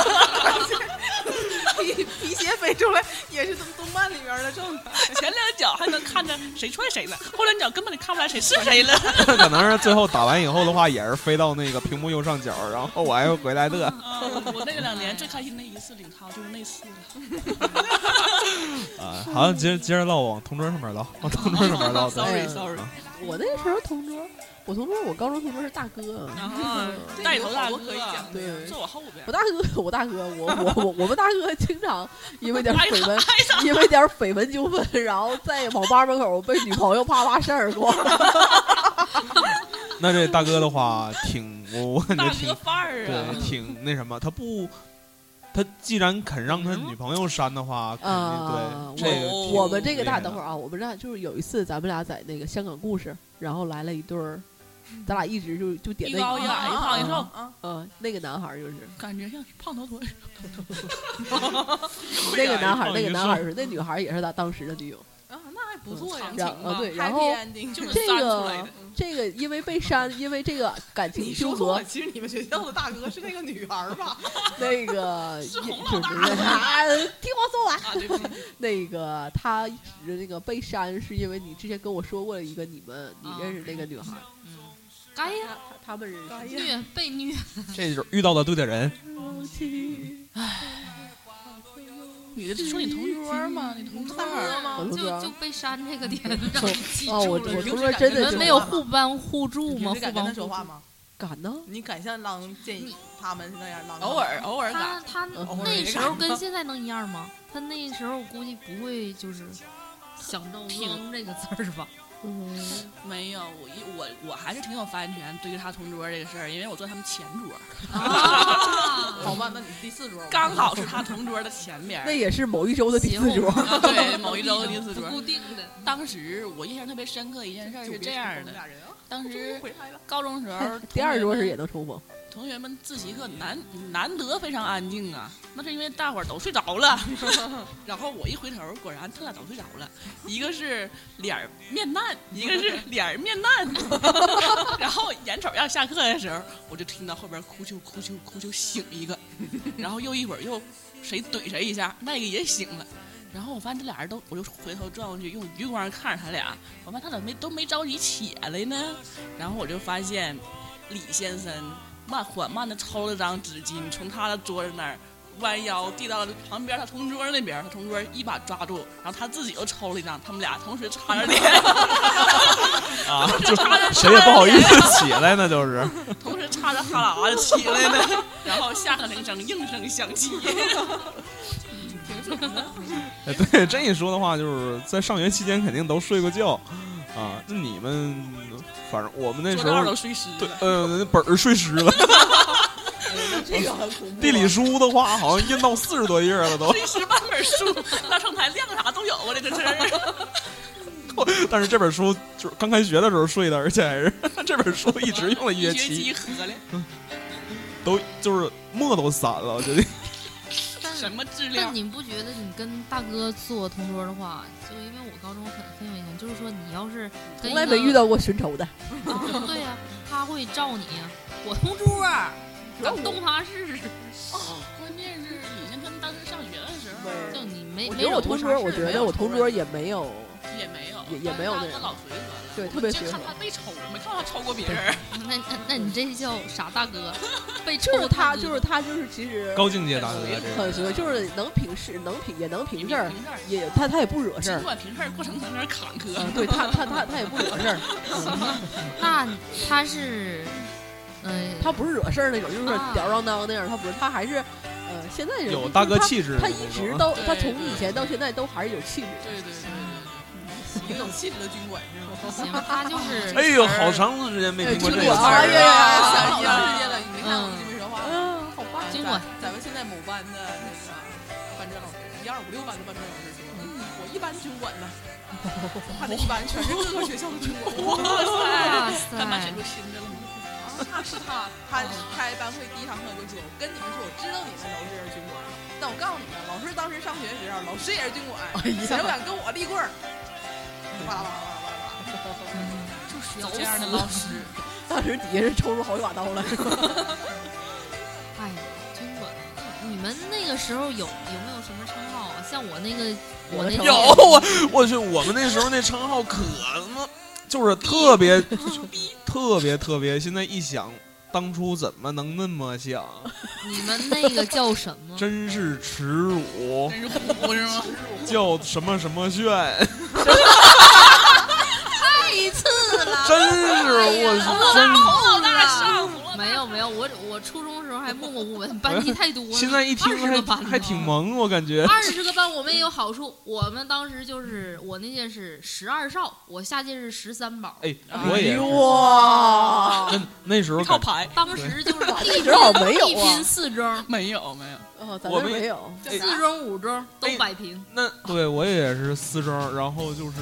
Speaker 7: 皮皮鞋飞出来也是动动漫里边的状态。
Speaker 6: 前两脚还能看着谁踹谁了，后两脚根本就看不出来谁是谁了。
Speaker 3: 可能是最后打完以后的话，也是飞到那个屏幕右上角，然后我还会回来的。
Speaker 6: 啊， 我那两年最开心的一次领操就是那次了。
Speaker 3: 啊，好，接着接着唠，往同桌上面唠，往同桌上面 唠。嗯啊对
Speaker 6: sorry sorry，
Speaker 4: 我那时候同桌，我同桌，我高中同桌是大哥。
Speaker 6: 啊，带头大哥
Speaker 7: 这有好多可以讲，
Speaker 4: 对
Speaker 6: 坐我后边
Speaker 4: 我。大哥，我大哥，我我我我们大哥经常因为点
Speaker 6: 挨
Speaker 4: 绯
Speaker 6: 着
Speaker 4: 闻，
Speaker 6: 挨着，
Speaker 4: 因为点绯闻纠纷，然后在网吧门口被女朋友啪啪扇耳光。
Speaker 3: 那这大哥的话，挺我我感觉
Speaker 6: 大
Speaker 3: 挺
Speaker 6: 哥范儿啊
Speaker 3: 对，！挺那什么，他不，他既然肯让他女朋友删的话，肯
Speaker 4: 嗯啊
Speaker 3: 定对这个挺
Speaker 4: 我们这个大，
Speaker 3: 那
Speaker 4: 等会儿啊，我们这就是有一次咱们俩在那个香港故事，然后来了一对儿咱俩一直就就点
Speaker 6: 一
Speaker 4: 那
Speaker 6: 高一矮一胖一瘦，
Speaker 7: 啊，
Speaker 4: 嗯，那个男孩儿就是
Speaker 6: 感觉像是胖头腿。
Speaker 4: 那个男孩儿，
Speaker 3: 胖
Speaker 4: 那个
Speaker 3: 一
Speaker 4: 男
Speaker 3: 瘦
Speaker 4: 孩儿是那女孩儿也是他当时的女友。
Speaker 7: 那还不错呀
Speaker 6: 嗯，
Speaker 4: 然
Speaker 6: 情
Speaker 4: 啊
Speaker 6: 吧
Speaker 4: 对，然
Speaker 7: Happy
Speaker 4: 后
Speaker 7: ending
Speaker 6: 就是
Speaker 4: 这
Speaker 6: 仨出来
Speaker 4: 个
Speaker 6: 的
Speaker 4: 这个因为被删，因为这个感情
Speaker 7: 你
Speaker 4: 纠
Speaker 7: 说错，，
Speaker 4: 葛
Speaker 7: 其实你们学校的大哥是那个女孩儿吧？
Speaker 4: 那个就是
Speaker 6: 红
Speaker 4: 是啊，听我说完。
Speaker 6: 啊，对不起，
Speaker 4: 那个他一直那个被删，是因为你之前跟我说过了一个你们你
Speaker 5: 啊
Speaker 4: 认识那个女孩儿，哦
Speaker 5: 嗯，该呀，
Speaker 4: 他他们认识。
Speaker 7: 哎呀，
Speaker 5: 虐被虐，
Speaker 3: 这就是遇到的对的人。
Speaker 6: 你的说你同桌吗？你同桌
Speaker 7: 大哥吗？
Speaker 4: 我同桌
Speaker 5: 就就被删这个点让你记
Speaker 4: 哦，我
Speaker 5: 住
Speaker 4: 我
Speaker 5: 了。
Speaker 7: 平
Speaker 4: 同
Speaker 7: 时
Speaker 4: 桌
Speaker 7: 感
Speaker 4: 真
Speaker 5: 你
Speaker 4: 的
Speaker 5: 们
Speaker 4: 就
Speaker 5: 没有互帮互助吗？
Speaker 7: 你是敢
Speaker 5: 互
Speaker 7: 跟
Speaker 5: 帮
Speaker 7: 他
Speaker 5: 互
Speaker 7: 说
Speaker 5: 助
Speaker 7: 话。吗？
Speaker 4: 敢呢，
Speaker 7: 你敢像狼见
Speaker 5: 你
Speaker 7: 他们那样狼？
Speaker 6: 偶尔偶尔
Speaker 5: 他
Speaker 6: 打，
Speaker 5: 他
Speaker 4: 嗯
Speaker 5: 那时候跟现在能一样吗？他那时候估计不会就是想到“
Speaker 6: 挺
Speaker 5: 扔”这个字儿吧？
Speaker 4: 嗯，
Speaker 6: 没有，我一我我还是挺有发言权对于他同桌这个事儿，因为我坐他们前桌，
Speaker 5: 啊，
Speaker 7: 好吧，那你第四桌吧
Speaker 6: 刚好是他同桌的前边
Speaker 4: 那。也是某一周的第四
Speaker 5: 邪
Speaker 4: 桌
Speaker 5: 乎。
Speaker 6: 啊对，某一周的第四桌。
Speaker 5: 固定的。
Speaker 6: 当时我印象特别深刻一件事儿是这样的，当时
Speaker 7: 回来了，
Speaker 6: 高中时 候
Speaker 4: 第二桌时也
Speaker 6: 是
Speaker 4: 能重逢，
Speaker 6: 同学们自习课难难得非常安静啊，那是因为大伙儿都睡着了。然后我一回头，果然他俩都睡着了，一个是脸儿面烂，一个是脸儿面烂。 然后眼瞅要下课的时候，我就听到后边哭啾哭啾哭啾醒一个，然后又一会儿又谁怼谁一下，那个也醒了。然后我发现这俩人都，我就回头转过去，用余光看着他俩，我发现他怎么没都没着急起来呢？然后我就发现李先生慢缓慢的抽了张纸巾，从他的桌子那儿弯腰递到了旁边他同桌那边，他同桌一把抓住，然后他自己又抽了一张，他们俩同时擦着脸，
Speaker 3: 啊， 就谁也不好意思起来呢，就是。
Speaker 6: 同时插着哈喇子起来 的，然后下课铃声应声响起。
Speaker 3: 哎 对，这一说的话，就是在上学期间肯定都睡过觉啊。那你们，反正我们那
Speaker 6: 坐
Speaker 3: 时
Speaker 6: 到二
Speaker 3: 候
Speaker 6: 楼，睡湿
Speaker 3: 对
Speaker 6: 了，，
Speaker 3: 呃，那本儿睡湿了。
Speaker 4: 这个很恐怖。
Speaker 3: 地理书的话，好像印到四十多页了都，
Speaker 6: 睡湿半本 书，大窗台晾啥都有啊，这个事儿。
Speaker 3: 但是这本书就是刚开学的时候睡的，而且还是 这本书一直用了一学
Speaker 6: 一
Speaker 3: 期，
Speaker 6: 合了，
Speaker 3: 都就是墨都散了，我觉得。
Speaker 5: 但
Speaker 6: 什么质
Speaker 5: 但
Speaker 6: 量？
Speaker 5: 你不觉得你跟大哥做同桌的话，就因为我高中很很有印象，就是说你要是
Speaker 4: 从
Speaker 5: 跟一
Speaker 4: 来
Speaker 5: 个
Speaker 4: 没遇到过寻仇的，
Speaker 5: 啊 对呀、他会照你呀。我同桌儿，敢动他试试？
Speaker 6: 关键是以前他们当时上学的时
Speaker 4: 对
Speaker 5: 就
Speaker 6: 候
Speaker 5: 你没
Speaker 4: 我
Speaker 5: 没
Speaker 4: 觉得我
Speaker 5: 有
Speaker 4: 同
Speaker 5: 过啥
Speaker 4: 桌，
Speaker 5: 事
Speaker 4: 我
Speaker 5: 儿
Speaker 4: 觉
Speaker 5: 没
Speaker 4: 得
Speaker 5: 有
Speaker 4: 我同
Speaker 5: 仇
Speaker 4: 桌
Speaker 5: 人
Speaker 4: 也没有，
Speaker 6: 也没有，
Speaker 4: 也也没有
Speaker 6: 他
Speaker 4: 那
Speaker 6: 他
Speaker 4: 种
Speaker 6: 老随和了。
Speaker 4: 对，特
Speaker 6: 我
Speaker 4: 别
Speaker 6: 就
Speaker 4: 随和
Speaker 6: 看。他被抽，我没看他抽过别人。
Speaker 5: 那那那你这叫傻 大哥，被抽
Speaker 4: 就是他，
Speaker 5: 大哥
Speaker 4: 就是他，就是其实
Speaker 3: 高境界大
Speaker 6: 大
Speaker 3: 哥
Speaker 6: 哥
Speaker 3: 这
Speaker 6: 这
Speaker 3: 个。
Speaker 4: 很随和，就是能平事，能平也能平事儿，
Speaker 6: 平事儿，
Speaker 4: 也他他也不惹事
Speaker 6: 尽
Speaker 4: 儿。
Speaker 6: 管平事儿过程当中坎坷
Speaker 4: 嗯，，对他他他他也不惹事儿，
Speaker 5: 那他是，嗯、
Speaker 4: 他不是惹事儿那种，就是
Speaker 5: 啊
Speaker 4: 吊儿郎当那样，他不是，他还是呃，现在人
Speaker 3: 有
Speaker 4: 就是
Speaker 3: 大哥
Speaker 4: 他
Speaker 3: 气质的
Speaker 4: 他
Speaker 3: 那
Speaker 4: 一
Speaker 3: 种啊，
Speaker 4: 直都
Speaker 6: 对
Speaker 4: 他从
Speaker 6: 对
Speaker 4: 以前到现在都还是有气质的。
Speaker 6: 对对对对
Speaker 7: 一个有气质的军官是吗？
Speaker 5: 行，他就是
Speaker 3: 哎呦，好长时间没听过这个
Speaker 4: 哎军管
Speaker 3: 词儿
Speaker 4: 哎
Speaker 3: 了。
Speaker 4: 呀呀
Speaker 7: 想好长时间了，你没看我们这没说话。
Speaker 4: 嗯，好吧
Speaker 5: 军管
Speaker 7: 咱们现在某班的那个班主任老师，一二五六班的班主任老师说，嗯，我一班军管呢，他那一班全是各个学校的军管。
Speaker 5: 哇
Speaker 6: 对，干嘛
Speaker 5: 塞
Speaker 6: 选出新的了？
Speaker 7: 啊，是他，他开班会第一堂课就说，我跟你们说，我知道你们老师也是军管，但我告诉你们，老师当时上学的时候，老师也是军管，谁不敢跟我立棍儿？巴拉巴拉巴拉巴拉巴拉。
Speaker 5: 嗯
Speaker 6: 就需要这样的老师。
Speaker 4: 当时底下是抽出好几把刀来。
Speaker 5: 哎呀，军管，你们那个时候有有没有什么称号啊？像我那个，
Speaker 4: 我
Speaker 5: 我
Speaker 4: 的
Speaker 5: 那
Speaker 4: 称
Speaker 5: 个
Speaker 3: 有我，我去，我们那时候那称号可他妈就是特别特别特别。现在一想，当初怎么能那么想，
Speaker 5: 你们那个叫什么？
Speaker 3: 真是耻辱，
Speaker 6: 真是虎 是吗？
Speaker 3: 叫什么什么炫，
Speaker 5: 太次了， 哎
Speaker 3: 真是我真。
Speaker 5: 老
Speaker 6: 大上火了
Speaker 5: 没有没有，我我初中时候还默默无闻，班级太多了。
Speaker 3: 现在一听
Speaker 5: 20个
Speaker 3: 还
Speaker 5: 班呢
Speaker 3: 还挺。萌，我感觉。
Speaker 5: 二十个班我们也有好处，我们当时就是我那届是十二少，我下届是十三宝。
Speaker 3: 哎，
Speaker 6: 啊
Speaker 3: 我也是
Speaker 4: 哇，
Speaker 3: 真那时候
Speaker 6: 套
Speaker 3: 感
Speaker 6: 牌
Speaker 4: 哎
Speaker 5: 当时就是地
Speaker 4: 时好像没有啊
Speaker 5: 地拼四中，
Speaker 6: 没有没有，
Speaker 4: 哦，咱
Speaker 3: 我
Speaker 4: 这
Speaker 3: 们
Speaker 4: 没有。
Speaker 3: 哎
Speaker 5: 四中五中都摆平。
Speaker 3: 那对我也是四中，然后就是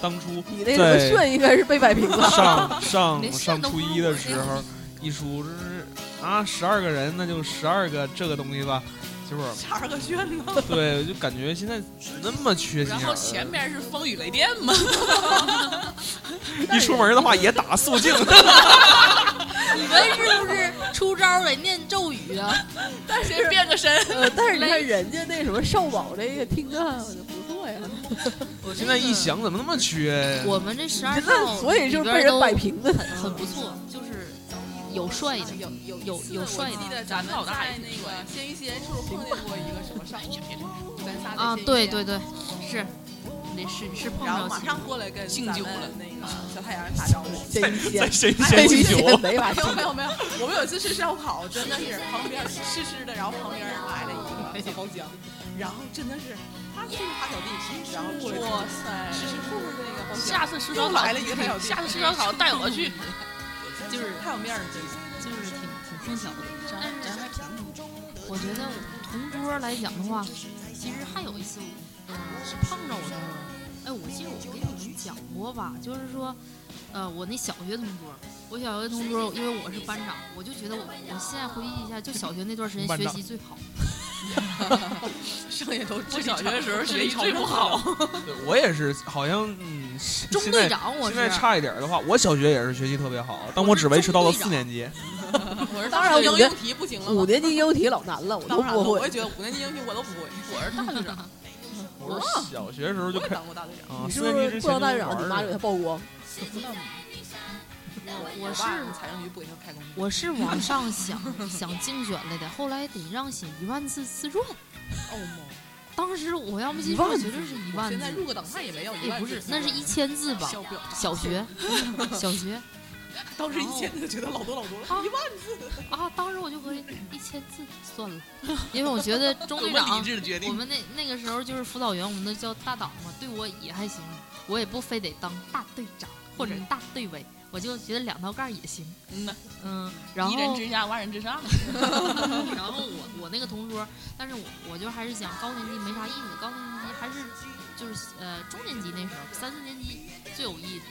Speaker 3: 当初
Speaker 4: 你那什么
Speaker 3: 对
Speaker 4: 炫应该是被摆 平了。
Speaker 3: 上上
Speaker 5: 连事儿
Speaker 3: 上
Speaker 5: 都
Speaker 3: 初
Speaker 5: 不
Speaker 3: 一的
Speaker 5: 如
Speaker 3: 时候，一数就是啊，十二个人，那就十二个这个东西吧，就是
Speaker 7: 啥个炫呢？
Speaker 3: 对，就感觉现在那么缺心
Speaker 6: 然
Speaker 3: 眼
Speaker 6: 后
Speaker 3: 儿。
Speaker 6: 前面是风雨雷电嘛，
Speaker 3: 一出门的话也打肃静，
Speaker 5: 你们是不是出招得念咒语啊？
Speaker 6: 但是变个身，
Speaker 4: 呃，但是你看人家那什么少保这个听啊，我就不错呀。
Speaker 5: 我
Speaker 3: 现在一，想怎么那么缺？
Speaker 5: 我们这十二
Speaker 4: 那
Speaker 5: 道，
Speaker 4: 所以就是被人摆平的。
Speaker 5: 很不错，就是有帅的，有有有有帅
Speaker 7: 我记
Speaker 5: 的
Speaker 7: 得咱们在那个鲜鱼鲜是不是碰见过一个什么
Speaker 6: 哎
Speaker 7: 上火？咱仨在
Speaker 5: 啊！
Speaker 7: 鲜鱼
Speaker 5: 对
Speaker 7: 鲜
Speaker 5: 对，对，是，那是是碰
Speaker 7: 然后
Speaker 5: 上
Speaker 7: 马上过来跟
Speaker 6: 敬酒
Speaker 7: 咱们
Speaker 6: 了
Speaker 7: 那个小太阳打招呼。
Speaker 4: 这一
Speaker 3: 在谁
Speaker 4: 些，这
Speaker 3: 先
Speaker 4: 一
Speaker 3: 敬酒
Speaker 4: 些
Speaker 3: 啊？
Speaker 4: 没法
Speaker 7: 没
Speaker 4: 进
Speaker 7: 有没有没有，我们有一次吃烧烤，真的是旁边湿湿的，然后旁边来了一个小包浆，然后真的是他就是他小弟，然后过来
Speaker 6: 哇
Speaker 7: 塞，湿湿乎乎的那个包
Speaker 6: 下
Speaker 7: 浆，
Speaker 6: 次吃烧
Speaker 7: 又
Speaker 6: 烤
Speaker 7: 来，了一个小弟，
Speaker 6: 下次吃烧烤带我 去，
Speaker 5: 就是
Speaker 7: 太有面儿了，真是。
Speaker 5: 就是挺挺碰巧的。
Speaker 6: 咱咱还挺
Speaker 5: 我觉得同桌来讲的话，其实还有一次，嗯，是碰着我的时候，哎，我记得我跟你们讲过吧，就是说，呃，我那小学同桌，我小学同桌，因为我是班长，我就觉得我我现在回忆一下，就小学那段时间
Speaker 3: 班
Speaker 5: 学
Speaker 3: 长
Speaker 5: 习最好，
Speaker 7: 剩下都
Speaker 6: 我小学的时候
Speaker 7: 是
Speaker 6: 学习最不好，
Speaker 3: 对我也是，好像嗯，现
Speaker 5: 中
Speaker 3: 现
Speaker 5: 队
Speaker 3: 在
Speaker 5: 长我
Speaker 3: 现在
Speaker 5: 是。
Speaker 3: 差一点的话，我小学也是学习特别好，但
Speaker 5: 我
Speaker 3: 我
Speaker 5: 是
Speaker 3: 只维持到了
Speaker 5: 中队
Speaker 3: 四年级。
Speaker 7: 我是
Speaker 4: 当然
Speaker 7: 应
Speaker 4: 我觉
Speaker 7: 用
Speaker 4: 得
Speaker 7: 题不行了
Speaker 4: 五
Speaker 7: 吗？
Speaker 4: 年级英语题老难了，我都
Speaker 7: 当然了，
Speaker 4: 不
Speaker 7: 我也
Speaker 4: 会。
Speaker 7: 觉得五年级英语我都不会，我是大队长，
Speaker 3: 我是小学时候
Speaker 7: 我
Speaker 3: 就
Speaker 7: 也
Speaker 3: 开
Speaker 7: 当过大队长。
Speaker 3: 啊，
Speaker 4: 你是
Speaker 3: 四
Speaker 4: 不
Speaker 3: 年级
Speaker 4: 是
Speaker 3: 之
Speaker 4: 过
Speaker 3: 前
Speaker 4: 到大
Speaker 3: 就
Speaker 4: 长，你
Speaker 3: 玩
Speaker 4: 妈给
Speaker 3: 儿
Speaker 4: 他曝光？
Speaker 5: 我
Speaker 7: 我
Speaker 5: 我是
Speaker 7: 爸财政局不给他们开工资，
Speaker 5: 我是往上想想竞选来的，后来得让写一万字自传。
Speaker 7: 哦妈
Speaker 5: 当时我要没记
Speaker 4: 一
Speaker 5: 错，
Speaker 4: 万
Speaker 5: 绝对是一万
Speaker 7: 现
Speaker 5: 字
Speaker 7: 在，入个党派也没有一
Speaker 5: 也
Speaker 7: 万
Speaker 5: 不
Speaker 7: 字
Speaker 5: 是
Speaker 7: 了，，
Speaker 5: 那是一千字吧？
Speaker 7: 小表，
Speaker 5: 小学，小学
Speaker 7: 当时一千就觉得老多老多了，
Speaker 5: 啊
Speaker 7: 一万
Speaker 5: 啊！当时我就合计一千字算了，因为我觉得中队
Speaker 6: 多么理
Speaker 5: 长，
Speaker 6: 智的决
Speaker 5: 我
Speaker 6: 定。
Speaker 5: 们那那个时候就是辅导员，我们都叫大党嘛，对我也还行，我也不非得当大队长或者大队委，我就觉得两道杠也行。
Speaker 6: 嗯呐，
Speaker 5: 嗯，然后
Speaker 6: 一人之下，万人之 上。
Speaker 5: 然后我我那个同桌，但是我我就还是想高年级没啥意思，高年级还是就是呃中年级那时候三四年级最有意思。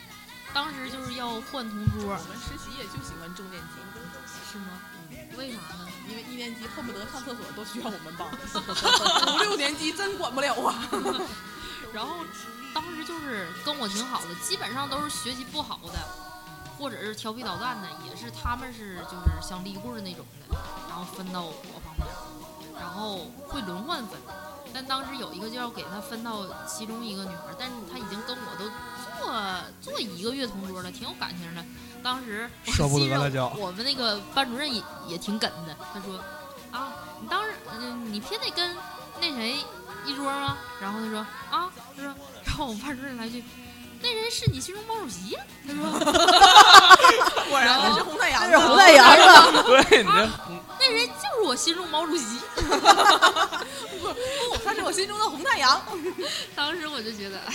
Speaker 5: 当时就是要换同桌
Speaker 7: 我，们实习也就喜欢中年级，
Speaker 5: 是吗？嗯为啥呢？
Speaker 7: 因为一年级恨不得上厕所都需要我们 帮，五六年级真管不了啊。
Speaker 5: 然后当时就是跟我挺好的，基本上都是学习不好的，或者是调皮捣蛋的，也是他们是就是像立棍儿那种的，然后分到我旁边儿，然后会轮换分。但当时有一个就要给他分到其中一个女孩儿，但是她已经跟我都做做一个月同桌了，挺有感情的。当时我
Speaker 3: 舍不
Speaker 5: 记
Speaker 3: 得
Speaker 5: 着
Speaker 3: 了就
Speaker 5: 我们那个班主任也也挺梗的，他说啊，你当时嗯你偏得跟那谁一桌吗？然后他说啊，他说，然后我们班主任来句，那人是你学生毛主席呀、他说
Speaker 7: 果然啊他是红太阳的，
Speaker 4: 这是胡太阳的，
Speaker 3: 对，你这
Speaker 5: 那人就是我心中毛主席。
Speaker 7: 不，他是我心中的红太阳。
Speaker 5: 当时我就 觉得，哎，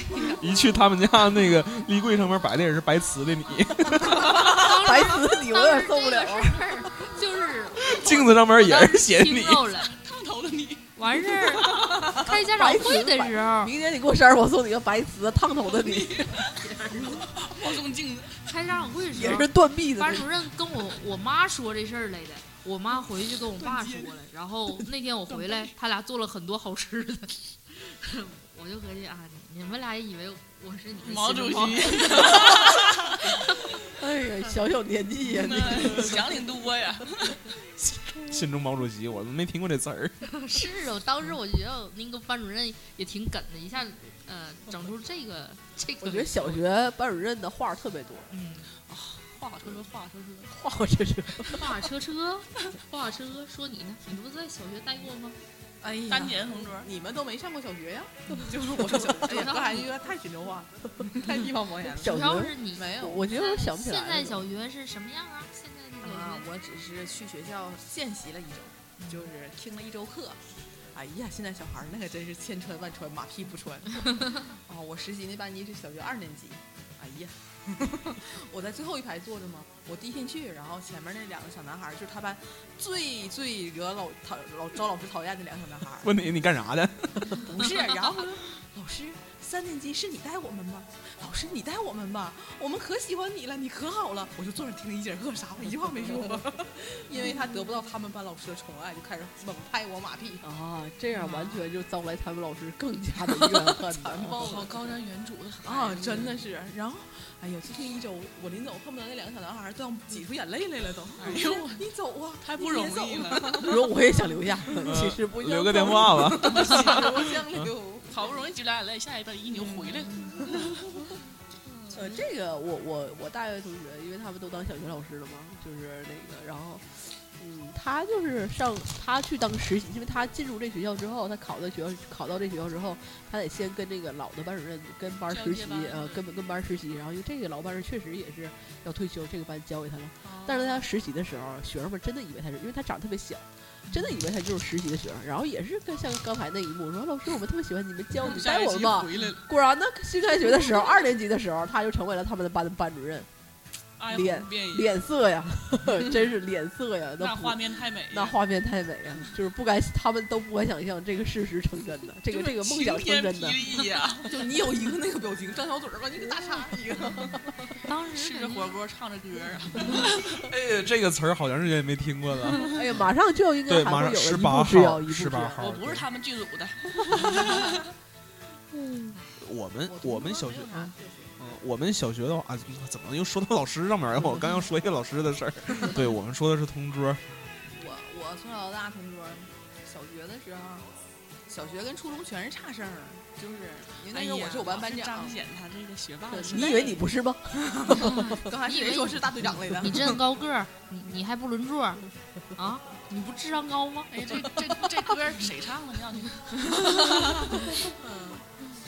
Speaker 3: 一去他们家那个立柜上面摆的也是白瓷的你，
Speaker 5: 当
Speaker 4: 白
Speaker 5: 时
Speaker 4: 瓷你有
Speaker 5: 当
Speaker 4: 点
Speaker 5: 时
Speaker 4: 受不
Speaker 5: 这个
Speaker 4: 了。
Speaker 5: 事儿就是
Speaker 3: 镜子上面 也是写
Speaker 5: 听
Speaker 3: 你。
Speaker 5: 着了。
Speaker 6: 烫头的你，
Speaker 5: 完事儿， 开家长会的时 候，
Speaker 4: 明年你过生日，我送你个白瓷烫头 的你，
Speaker 6: 我送镜子，
Speaker 5: 开家长会的时
Speaker 4: 也
Speaker 5: 候
Speaker 4: 是，断臂的
Speaker 5: 班
Speaker 4: 你。
Speaker 5: 主任跟我我妈说这事儿来的。我妈回去跟我爸说了，然后那天我回来，他俩做了很多好吃的， 我就合计啊，你们俩也以为我是你们
Speaker 6: 毛主
Speaker 5: 心中
Speaker 6: 席，
Speaker 4: 哎呀，小小年纪呀，
Speaker 7: 嗯
Speaker 6: 那想你多呀。
Speaker 3: 心中毛主席，我都没听过这词儿。
Speaker 5: 是啊，当时我觉得那个班主任也挺梗的，一下呃整出这个这个。
Speaker 4: 我觉得小学班主任的话儿特别多，
Speaker 5: 嗯，
Speaker 6: 话车车，话车车。
Speaker 4: 话我真是
Speaker 5: 画车车，画车说你呢，你不是在小学待过吗？
Speaker 7: 哎呀
Speaker 6: 单年同桌，
Speaker 7: 你们都没上过小学呀？ 就是我上小学，哎呀，这孩子太群众化了， 太地方方言了。
Speaker 4: 小
Speaker 5: 主要
Speaker 4: 学，
Speaker 5: 是你
Speaker 7: 没有
Speaker 4: 我觉得我想不起来
Speaker 5: 现
Speaker 4: 了。
Speaker 5: 在小学是什么样啊？现在的小
Speaker 7: 啊
Speaker 5: 学，
Speaker 7: 我只是去学校见习了一周，就是听了一周课。哎呀，现在小孩儿那可真是千穿万穿，马屁不穿。啊，我实习那班级是小学二年级。哎呀， 我在最后一排坐着嘛。我第一天去，然后前面那两个小男孩儿就是他班最最惹老讨老招老师讨厌的两个小男孩儿。
Speaker 3: 问你你干啥的？
Speaker 7: 不是，然后我就老老师，三年级是你带我们吧？老师，你带我们吧？我们可喜欢你了，你可好了。我就坐那儿听了一节课，啥我一句话没说， 因为他得不到他们班老师的宠爱，就开始猛拍我马屁。
Speaker 4: 啊，这样完全就招来他们老师更加的 怨恨
Speaker 7: 残暴
Speaker 4: 了。
Speaker 6: 好高瞻远瞩的孩
Speaker 7: 啊，
Speaker 6: 子
Speaker 7: 真的是。然后，哎呀，就这一周，我临走恨不得那两个小男孩儿都要挤出眼泪来了都。
Speaker 6: 哎呦我
Speaker 7: 你走啊，
Speaker 6: 太不容易
Speaker 7: 了，
Speaker 6: 了，
Speaker 4: 你说我也想留下，其实不
Speaker 3: 留个电话吧。
Speaker 7: 不想留。
Speaker 6: 好不容易挤俩眼泪，下一道一牛回来了。嗯
Speaker 4: 呃，这个我我我大学同学，因为他们都当小学老师了嘛，就是那个，然后，嗯，他就是上他去当实习，因为他进入这学校之后，他考到学校考到这学校之后，他得先跟这个老的班主任跟班儿
Speaker 6: 交
Speaker 4: 实
Speaker 6: 接
Speaker 4: 习
Speaker 6: 班，
Speaker 4: 呃
Speaker 6: 嗯，
Speaker 4: 跟跟班儿实习，然后因为这个老班主任确实也是要退休，这个班交给他了。
Speaker 6: 哦
Speaker 4: 但是他实习的时候，学生们真的以为他是，因为他长得特别小，真的以为他就是实习的学生，然后也是跟像刚才那一幕，说老师我们特别喜欢你们教你们
Speaker 6: 下
Speaker 4: 带
Speaker 6: 一
Speaker 4: 我们
Speaker 6: 集
Speaker 4: 吧。
Speaker 6: 回来了，
Speaker 4: 果然呢，新开学的时候，二年级的时候，他就成为了他们的班的班主任，
Speaker 6: 哀
Speaker 4: 脸
Speaker 6: 鸿遍野，
Speaker 4: 脸色呀， 真是脸色呀，都
Speaker 6: 那
Speaker 4: 不
Speaker 6: 画面太美了，
Speaker 4: 那画面太美呀，就是不敢，他们都不敢想象这个事实成真的，这个这个梦想成真的
Speaker 6: 晴。天霹雳啊呀！
Speaker 7: 就你有一个那个表情，张小嘴儿吧，你给大啊叉一个。
Speaker 5: 当时
Speaker 6: 吃着火锅，唱着歌啊，
Speaker 3: 哎，这个词儿好长时间也没听过 了。
Speaker 4: 哎呀，马上就应该
Speaker 3: 对
Speaker 4: 还
Speaker 3: 马
Speaker 4: 会
Speaker 3: 上
Speaker 4: 有了，一
Speaker 3: 18
Speaker 4: 步之
Speaker 3: 号
Speaker 4: 遥，一步之
Speaker 3: 18
Speaker 4: 遥
Speaker 3: 号
Speaker 6: 我不是他们剧组的，
Speaker 3: 我们
Speaker 7: 我
Speaker 3: 我们小学，
Speaker 7: 啊
Speaker 3: 嗯，我们小学的话，啊怎么又说到老师上面儿？我刚要说一个老师的事儿，对我们说的是同桌，
Speaker 7: 我我从小到大同桌，小学的时候，小学跟初中全是差生儿，就是因为那时候我是我班班
Speaker 6: 哎呀老
Speaker 7: 长
Speaker 6: 师彰，显他这个学霸的。
Speaker 4: 你以为你不是吗？
Speaker 7: 刚才是谁说是大队长来的
Speaker 5: 你？这高个儿，你你还不轮座儿啊？你不智商高吗？
Speaker 6: 哎呀，这这这歌儿谁唱的？你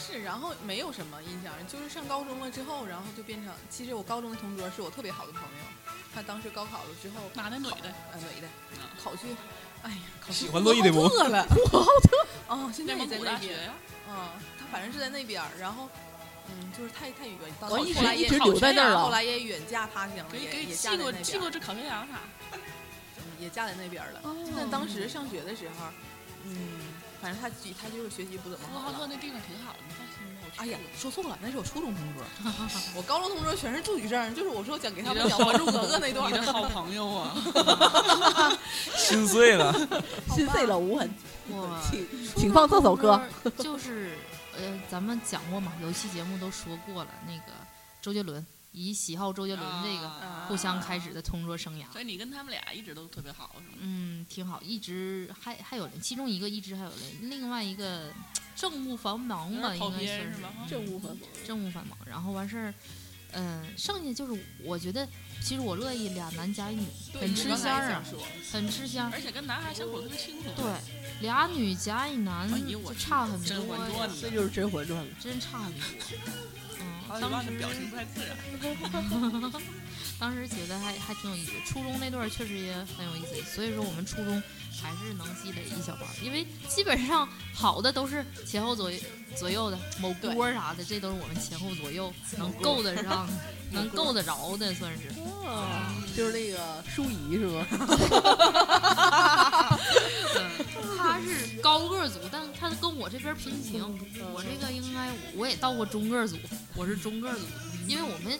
Speaker 7: 是，然后没有什么印象，就是上高中了之后，然后就变成，其实我高中的同桌是我特别好的朋友，他当时高考了之后，
Speaker 6: 男的女 的？
Speaker 7: 呃，女的，
Speaker 6: 嗯
Speaker 7: 考去，哎呀，考去
Speaker 3: 喜欢乐意的不
Speaker 7: 呼和浩特了，呼和浩特，啊，现在
Speaker 6: 内
Speaker 7: 也
Speaker 6: 蒙
Speaker 7: 在
Speaker 6: 古
Speaker 7: 那
Speaker 6: 大学
Speaker 7: 边，
Speaker 6: 呀，
Speaker 7: 啊，他反正是在那边儿，然后，嗯，就是太太远，到
Speaker 4: 我
Speaker 7: 后
Speaker 4: 一直
Speaker 7: 来
Speaker 4: 一
Speaker 7: 也
Speaker 4: 直留在那儿
Speaker 6: 啊
Speaker 7: 后
Speaker 4: 了。
Speaker 7: 来也远嫁他乡了，
Speaker 6: 给
Speaker 7: 也
Speaker 6: 给
Speaker 7: 也
Speaker 6: 寄
Speaker 7: 嫁在
Speaker 6: 过
Speaker 7: 那
Speaker 6: 寄
Speaker 7: 边
Speaker 6: 过
Speaker 7: 儿，
Speaker 6: 这烤全羊啊啥？
Speaker 7: 嗯也嫁在那边儿了。但当时上学的时候，嗯，反正他他就是学习不怎么
Speaker 6: 呼和
Speaker 7: 好
Speaker 6: 浩特
Speaker 7: 了。
Speaker 6: 那地方挺好的，你放心吧，我去
Speaker 7: 哎呀
Speaker 6: 过，
Speaker 7: 说错了，那是我初中同桌，我高中同桌全是住语生，就是我说讲给他
Speaker 6: 你
Speaker 7: 们
Speaker 6: 的
Speaker 7: 讲《
Speaker 6: 好
Speaker 7: 还珠格格》那段
Speaker 6: 你
Speaker 7: 儿。
Speaker 6: 的好朋友啊，
Speaker 3: 心碎了。
Speaker 4: 心碎了无痕，
Speaker 5: 我
Speaker 4: 请请放这首歌。
Speaker 5: 就是呃，咱们讲过嘛，有一期节目都说过了，那个周杰伦以喜好周杰伦这个
Speaker 6: 啊
Speaker 5: 互相开始。的同桌生涯，
Speaker 6: 所以你跟他们俩一直都特别好，是吗？
Speaker 5: 嗯，挺好，一直还还有人，其中一个一直还有人，另外一个正务繁忙吧，
Speaker 6: 跑
Speaker 5: 应该
Speaker 6: 偏
Speaker 5: 算
Speaker 6: 是吧
Speaker 5: 嗯
Speaker 4: 正午繁忙
Speaker 5: 政务繁忙，然后完事儿，嗯，剩下就是我觉得，其实我乐意俩男加一女，
Speaker 7: 对
Speaker 5: 很吃香
Speaker 7: 我刚
Speaker 5: 儿啊，，
Speaker 7: 才也想说
Speaker 5: 很吃香
Speaker 6: 而。且跟男孩相处特别轻松。
Speaker 5: 对，俩女加一男
Speaker 6: 哎呦
Speaker 5: 就
Speaker 6: 我去
Speaker 5: 差很
Speaker 6: 甄
Speaker 5: 多
Speaker 6: 嬛
Speaker 5: 呀
Speaker 6: 传，呢
Speaker 4: 这就是《甄嬛传》了。
Speaker 5: 真差很多。嗯，
Speaker 6: 好几
Speaker 5: 当
Speaker 6: 万的表
Speaker 5: 时
Speaker 6: 情不太自然。
Speaker 5: 当时觉得还还挺有意思，初中那段儿确实也很有意思，所以说我们初中还是能积累一小班儿，因为基本上好的都是前后左右左右的，某锅儿啥的，这都是我们前后左右能够得 上、能够得着的，算是。
Speaker 4: 就是那个舒怡是吗？
Speaker 5: 嗯，他是高个儿组，但他跟我这边儿平行，我这个应该我也到过中个儿组，我是中个儿组，因为我们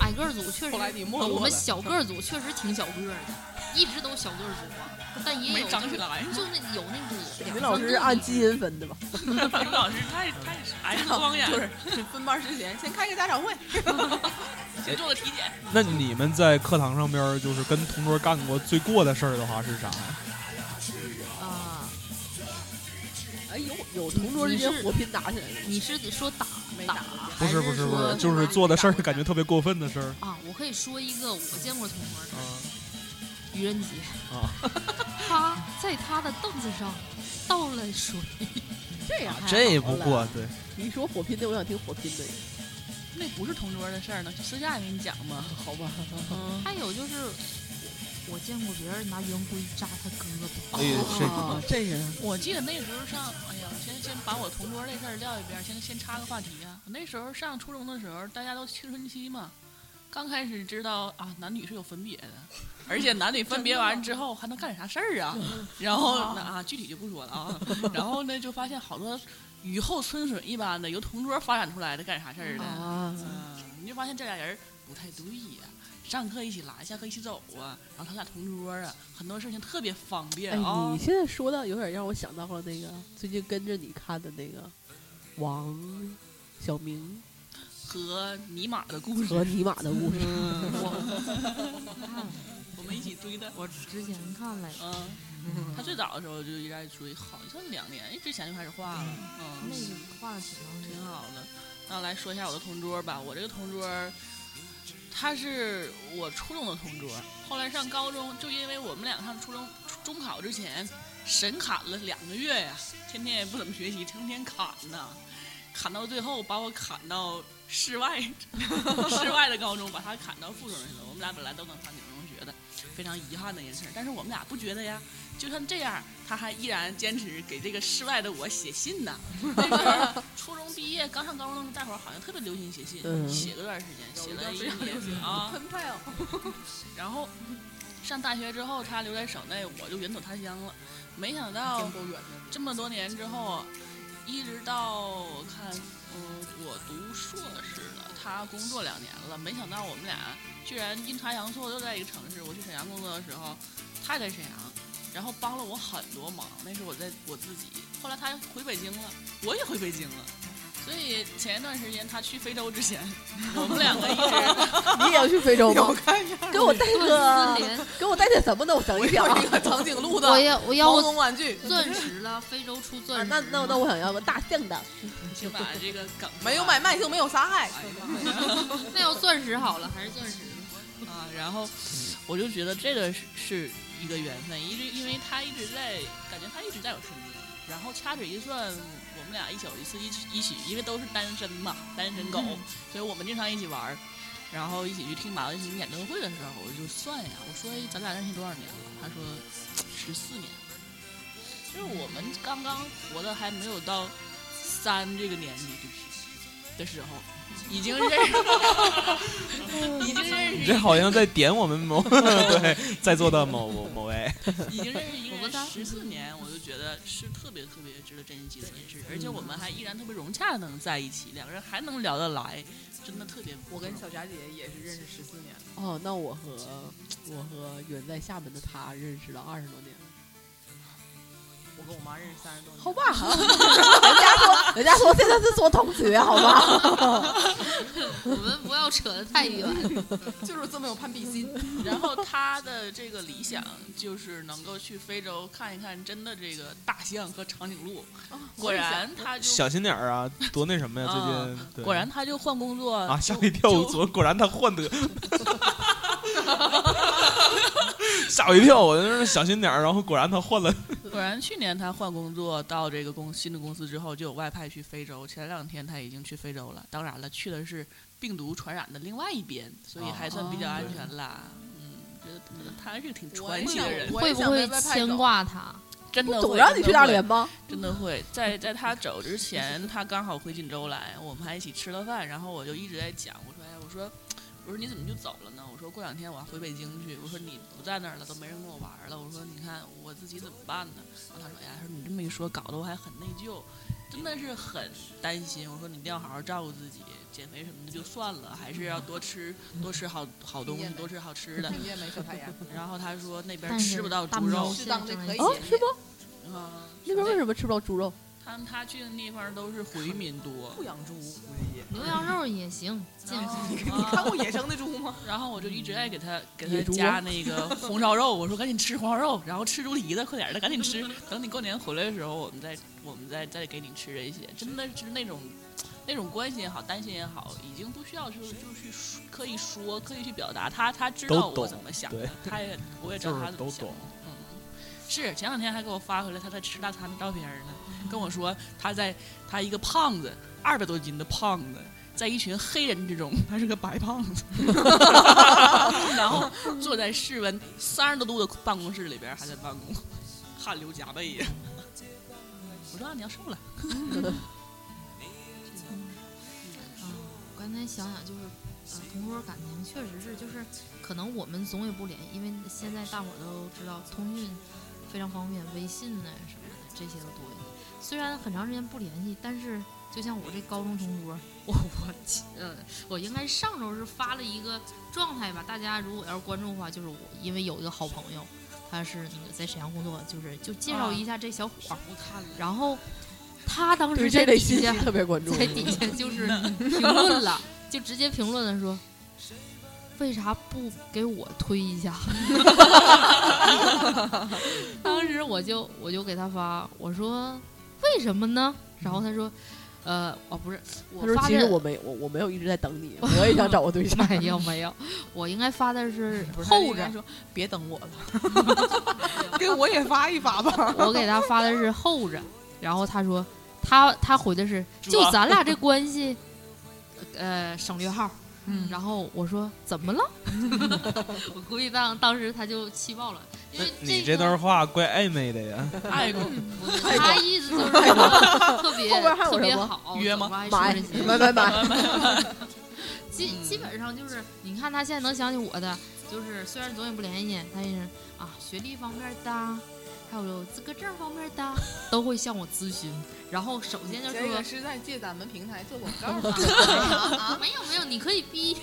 Speaker 5: 矮个儿组确实
Speaker 7: 后来你没
Speaker 5: 呃我
Speaker 7: 落
Speaker 5: 们
Speaker 7: 了，
Speaker 5: 小个儿组确实挺小个儿的，一直都小个儿组啊，但也
Speaker 6: 没
Speaker 5: 有就
Speaker 6: 长
Speaker 5: 是
Speaker 6: 起来
Speaker 5: 就那有那种
Speaker 4: 你
Speaker 5: 两
Speaker 4: 们老
Speaker 5: 三
Speaker 4: 师
Speaker 5: 个
Speaker 4: 是按
Speaker 5: 比
Speaker 4: 基因分的吧？
Speaker 6: 你们老师太太哎呀光眼，
Speaker 7: 就是分班之前先开个家长会，
Speaker 6: 先做个体检。
Speaker 3: 那你们在课堂上边儿就是跟同桌干过最过的事儿的话是啥呀？
Speaker 5: 啊，
Speaker 4: 哎，有有同桌之间火拼打起来的吗？
Speaker 5: 你是得说打
Speaker 7: 没
Speaker 5: 打
Speaker 7: 打
Speaker 3: 不
Speaker 5: 还
Speaker 3: 是不是不
Speaker 5: 说
Speaker 3: 是，就是做的事儿感觉特别过分的事儿
Speaker 5: 啊，我可以说一个我见过同桌的
Speaker 3: 啊
Speaker 5: 愚人节，
Speaker 3: 啊！
Speaker 5: 他在他的凳子上倒了水，
Speaker 4: 这样
Speaker 3: 啊这不过。对，
Speaker 4: 你说火拼的，我想听火拼的。
Speaker 6: 那不是同桌的事儿呢，私下也给你讲吧。 嗯
Speaker 4: 好吧，
Speaker 5: 还有就是我我见过别人拿圆规扎他胳膊，
Speaker 3: 哎呦这
Speaker 4: 啊，这个
Speaker 6: 我记得那时候上，哎呀，先先把我同桌这事儿撂一边儿，先先插个话题啊。我那时候上初中的时候，大家都青春期嘛，刚开始知道啊，男女是有分别的，而且男女分别完之后 还能干点啥事儿啊？然后那啊，具体就不说了啊。然后呢，就发现好多雨后春笋一般的，由同桌发展出来的干啥事儿的。
Speaker 4: 啊，
Speaker 6: 嗯，你就发现这俩人不太对呀、上课一起来，下课一起走啊，然后他俩同桌啊，很多事情特别方便
Speaker 4: 哎，
Speaker 6: 啊
Speaker 4: 你。现在说到有点让我想到了那个最近跟着你看的那个王小明
Speaker 6: 和尼玛的故事，
Speaker 4: 和尼玛的故事，
Speaker 6: 我
Speaker 5: 嗯
Speaker 8: 看了，
Speaker 6: 我们一起堆的。
Speaker 8: 我之前看了，
Speaker 6: 嗯，他最早的时候就一直在追，好像两年之前就开始画了。嗯
Speaker 8: 那，个画的挺好
Speaker 6: 挺好的。那我来说一下我的同桌吧，我这个同桌，他是我初中的同桌，后来上高中，就因为我们俩上初中中考之前，神砍了两个月呀、天天也不怎么学习，成天砍呐、砍到最后把我砍到室外， 室外的高中，把他砍到附中去了。我们俩本来都能上女中学的，非常遗憾的一件事儿。但是我们俩不觉得呀，就算这样，他还依然坚持给这个室外的我写信呢。 那时候初中毕业，刚上高中，大伙儿好像特别流行写信，
Speaker 4: 嗯
Speaker 6: 写个段时间，写了一年 啊。
Speaker 7: 喷派哦，
Speaker 6: 然后上大学之后，他留在省内，我就远走他乡了。没想到
Speaker 7: 真够远的。
Speaker 6: 这么多年之后，一直到我看，嗯，我读硕士了，他工作两年了，没想到我们俩居然阴差阳错都在一个城市。我去沈阳工作的时候，他也在沈阳，然后帮了我很多忙，那是我在我自己。后来他回北京了，我也回北京了。 所以前一段时间他去非洲之前，我们两个一 直
Speaker 4: 你也要去 非洲吗？
Speaker 7: 看一下
Speaker 4: 给我带
Speaker 5: 断丝
Speaker 4: 个，
Speaker 5: 连呃
Speaker 4: 给我带点什么呢？我想一想。
Speaker 7: 这个长颈鹿 的
Speaker 5: 我要我要
Speaker 7: 毛绒玩具，
Speaker 5: 钻石了，非洲出钻
Speaker 4: 啊
Speaker 5: 石吗、
Speaker 4: 那那那我想要个大象的，
Speaker 6: 先把这个啊梗
Speaker 7: 没有买卖就没有杀害。
Speaker 5: 那要钻石好了，还是钻石？
Speaker 6: 啊，然后我就觉得这个是是一个缘分，一直因为他一直在，感觉他一直在我身边。然后掐指一算，我们俩一宿一次一起一起，因为都是单身嘛，单身狗，所以我们经常一起玩儿，然后一起去听马文琴演唱会的时候，我就算呀，我说哎咱俩认识多少年了？他说十四年，就是我们刚刚活的还没有到三这个年纪，就是的时候，已经认识，已经认识
Speaker 3: 你
Speaker 6: 一
Speaker 3: 这
Speaker 6: 个
Speaker 3: 好像在点我们某对在座的某某某位，
Speaker 6: 已经认识一个
Speaker 5: 我们
Speaker 6: 人
Speaker 5: 仨
Speaker 6: 十四年，我就觉得是特别特别值得珍惜的一件事，而且我们还依然特别融洽地能在一起，两个人还能聊得来，真的特别不
Speaker 7: 我
Speaker 6: 容易。
Speaker 7: 跟小霞姐也是认识十四年了，
Speaker 4: 哦，那我和我和远在厦门的他认识了二十多年了，
Speaker 7: 我跟我妈认识三十多年。
Speaker 4: 好吧？人家说， 人家说现在是说同学，好 吧？
Speaker 5: 我们不要扯得太远。
Speaker 7: 就是这么有攀比心。
Speaker 6: 然后他的这个理想就是能够去非洲看一看真的这个大象和长颈鹿，果然他就
Speaker 3: 小心点儿啊，多那什么呀？最近对
Speaker 6: 果然他就换工作
Speaker 3: 啊，吓
Speaker 6: 就
Speaker 3: 我一跳，我
Speaker 6: 就
Speaker 3: 昨果然他换得， 吓我一跳，我就是小心点儿，然后果然他换了，
Speaker 6: 果然，去年他换工作到这个公新的公司之后，就有外派去非洲。前两天他已经去非洲了，当然了，去的是病毒传染的另外一边，所
Speaker 4: 啊
Speaker 6: 以还算比较安全啦。嗯，觉得他还是个挺传奇的人，
Speaker 7: 我
Speaker 5: 会
Speaker 7: 也
Speaker 5: 不
Speaker 7: 想
Speaker 5: 会
Speaker 7: 被外派
Speaker 5: 牵
Speaker 7: 走
Speaker 5: 挂他？
Speaker 6: 真的
Speaker 4: 总
Speaker 6: 会
Speaker 4: 让你去大
Speaker 6: 真的
Speaker 4: 连吗？
Speaker 6: 会真的会在在他走之前，他刚好回锦州来，我们还一起吃了饭，然后我就一直在讲，我说，哎，我说。我说你怎么就走了呢？我说过两天我要回北京去。我说你不在那儿了，都没人跟我玩儿了。我说你看我自己怎么办呢？然后他说哎呀，说你这么一说，搞得我还很内疚，真的是很担心。我说你一定要好好照顾自己，减肥什么的就算了，还是要多吃多吃好好东西，多吃好吃的。
Speaker 7: 你也没说他呀？
Speaker 6: 然后他说那边
Speaker 8: 但是
Speaker 6: 吃不到
Speaker 8: 大
Speaker 6: 猪肉嗯哦
Speaker 8: 猫
Speaker 7: 适当的可以
Speaker 5: 哦
Speaker 4: 啊，是吗？
Speaker 6: 啊，
Speaker 4: 那边为什么吃不到猪肉？
Speaker 6: 他们他去的地方都是回民多。
Speaker 7: 不养 猪，
Speaker 5: 牛羊肉也行，健
Speaker 6: 然后
Speaker 5: 康。
Speaker 3: 哦
Speaker 7: 你看过野生的猪吗？
Speaker 6: 然后我就一直在给他给
Speaker 4: 野
Speaker 6: 他
Speaker 4: 猪
Speaker 6: 加那个红烧肉，我说赶紧吃红烧肉，然后吃猪蹄子，快点儿的，赶紧吃。等你过年回来的时候，我们再我们再再给你吃这些，真的是那种那种关心也好，担心也好，已经不需要就是就去说刻意说，刻意去表达，他他知
Speaker 3: 都
Speaker 6: 道我
Speaker 3: 懂
Speaker 6: 怎么想
Speaker 3: 对
Speaker 6: 的，他也我也知道他怎么想的。嗯，是前两天还给我发回来他在吃大餐的照片呢，跟我说他在他一个胖子，二百多斤的胖子，在一群黑人之中，他是个白胖子，然后坐在室温三十多度的办公室里边还在办公，汗流浃背呀。我说、啊、你要瘦了，
Speaker 8: 刚才想想就是，呃，同桌感情确实是，就是可能我们总也不联，因为现在大伙儿都知道通讯非常方便，微信呢什么的这些个多一些。
Speaker 5: 虽然很长时间不联系，但是就像我这高中同桌，我我呃，我应该上周是发了一个状态吧，大家如果要是关注的话，就是我因为有一个好朋友，他是那个在沈阳工作，就是就介绍一下这小伙儿，
Speaker 6: 我看了，
Speaker 5: 然后他当
Speaker 4: 对
Speaker 5: 时
Speaker 4: 这
Speaker 5: 在
Speaker 4: 类
Speaker 5: 底
Speaker 4: 信息
Speaker 5: 下
Speaker 4: 特别关注。
Speaker 5: 在底下就是
Speaker 6: 嗯
Speaker 5: 评论了，就直接评论了说，为啥不给我推一下？ 当时我就我就给他发，我说为什么呢？然后他说，呃，哦不是，我
Speaker 4: 他说：“
Speaker 5: 发
Speaker 4: 其实
Speaker 5: 的
Speaker 4: 我没我我没有一直在等你，我也想找个对 象。
Speaker 5: 没有没有，我应该发的是
Speaker 6: 不是他
Speaker 5: 后
Speaker 6: 应该
Speaker 5: 着，
Speaker 6: 说别等我了，给我也发一发吧。
Speaker 5: 我给他发的是后着，然后他说他他回的是
Speaker 6: 主
Speaker 5: 就
Speaker 6: 要
Speaker 5: 咱俩这关系，呃省略号。
Speaker 6: 嗯
Speaker 5: 然后我说怎么了？我估计当当时他就气爆了，因为
Speaker 3: 你
Speaker 5: 这
Speaker 3: 这
Speaker 5: 个
Speaker 3: 段话怪暧昧的呀。
Speaker 6: 爱过
Speaker 5: 不是他意思就是说特别
Speaker 4: 后边还有
Speaker 5: 特别
Speaker 4: 什么
Speaker 5: 好，
Speaker 6: 约
Speaker 5: 怎
Speaker 6: 吗
Speaker 5: 么还说
Speaker 4: 买
Speaker 5: 这些
Speaker 4: 买买买，
Speaker 5: 基基本上就是，你看他现在能想起我的，就是虽然总也不联系，但是啊，学历方面的啊，还有资格证方面的啊，都会向我咨询。然后首先就
Speaker 7: 这
Speaker 5: 说
Speaker 7: 个是在借咱们平台做广告吗？
Speaker 5: 没有没有，你可以逼。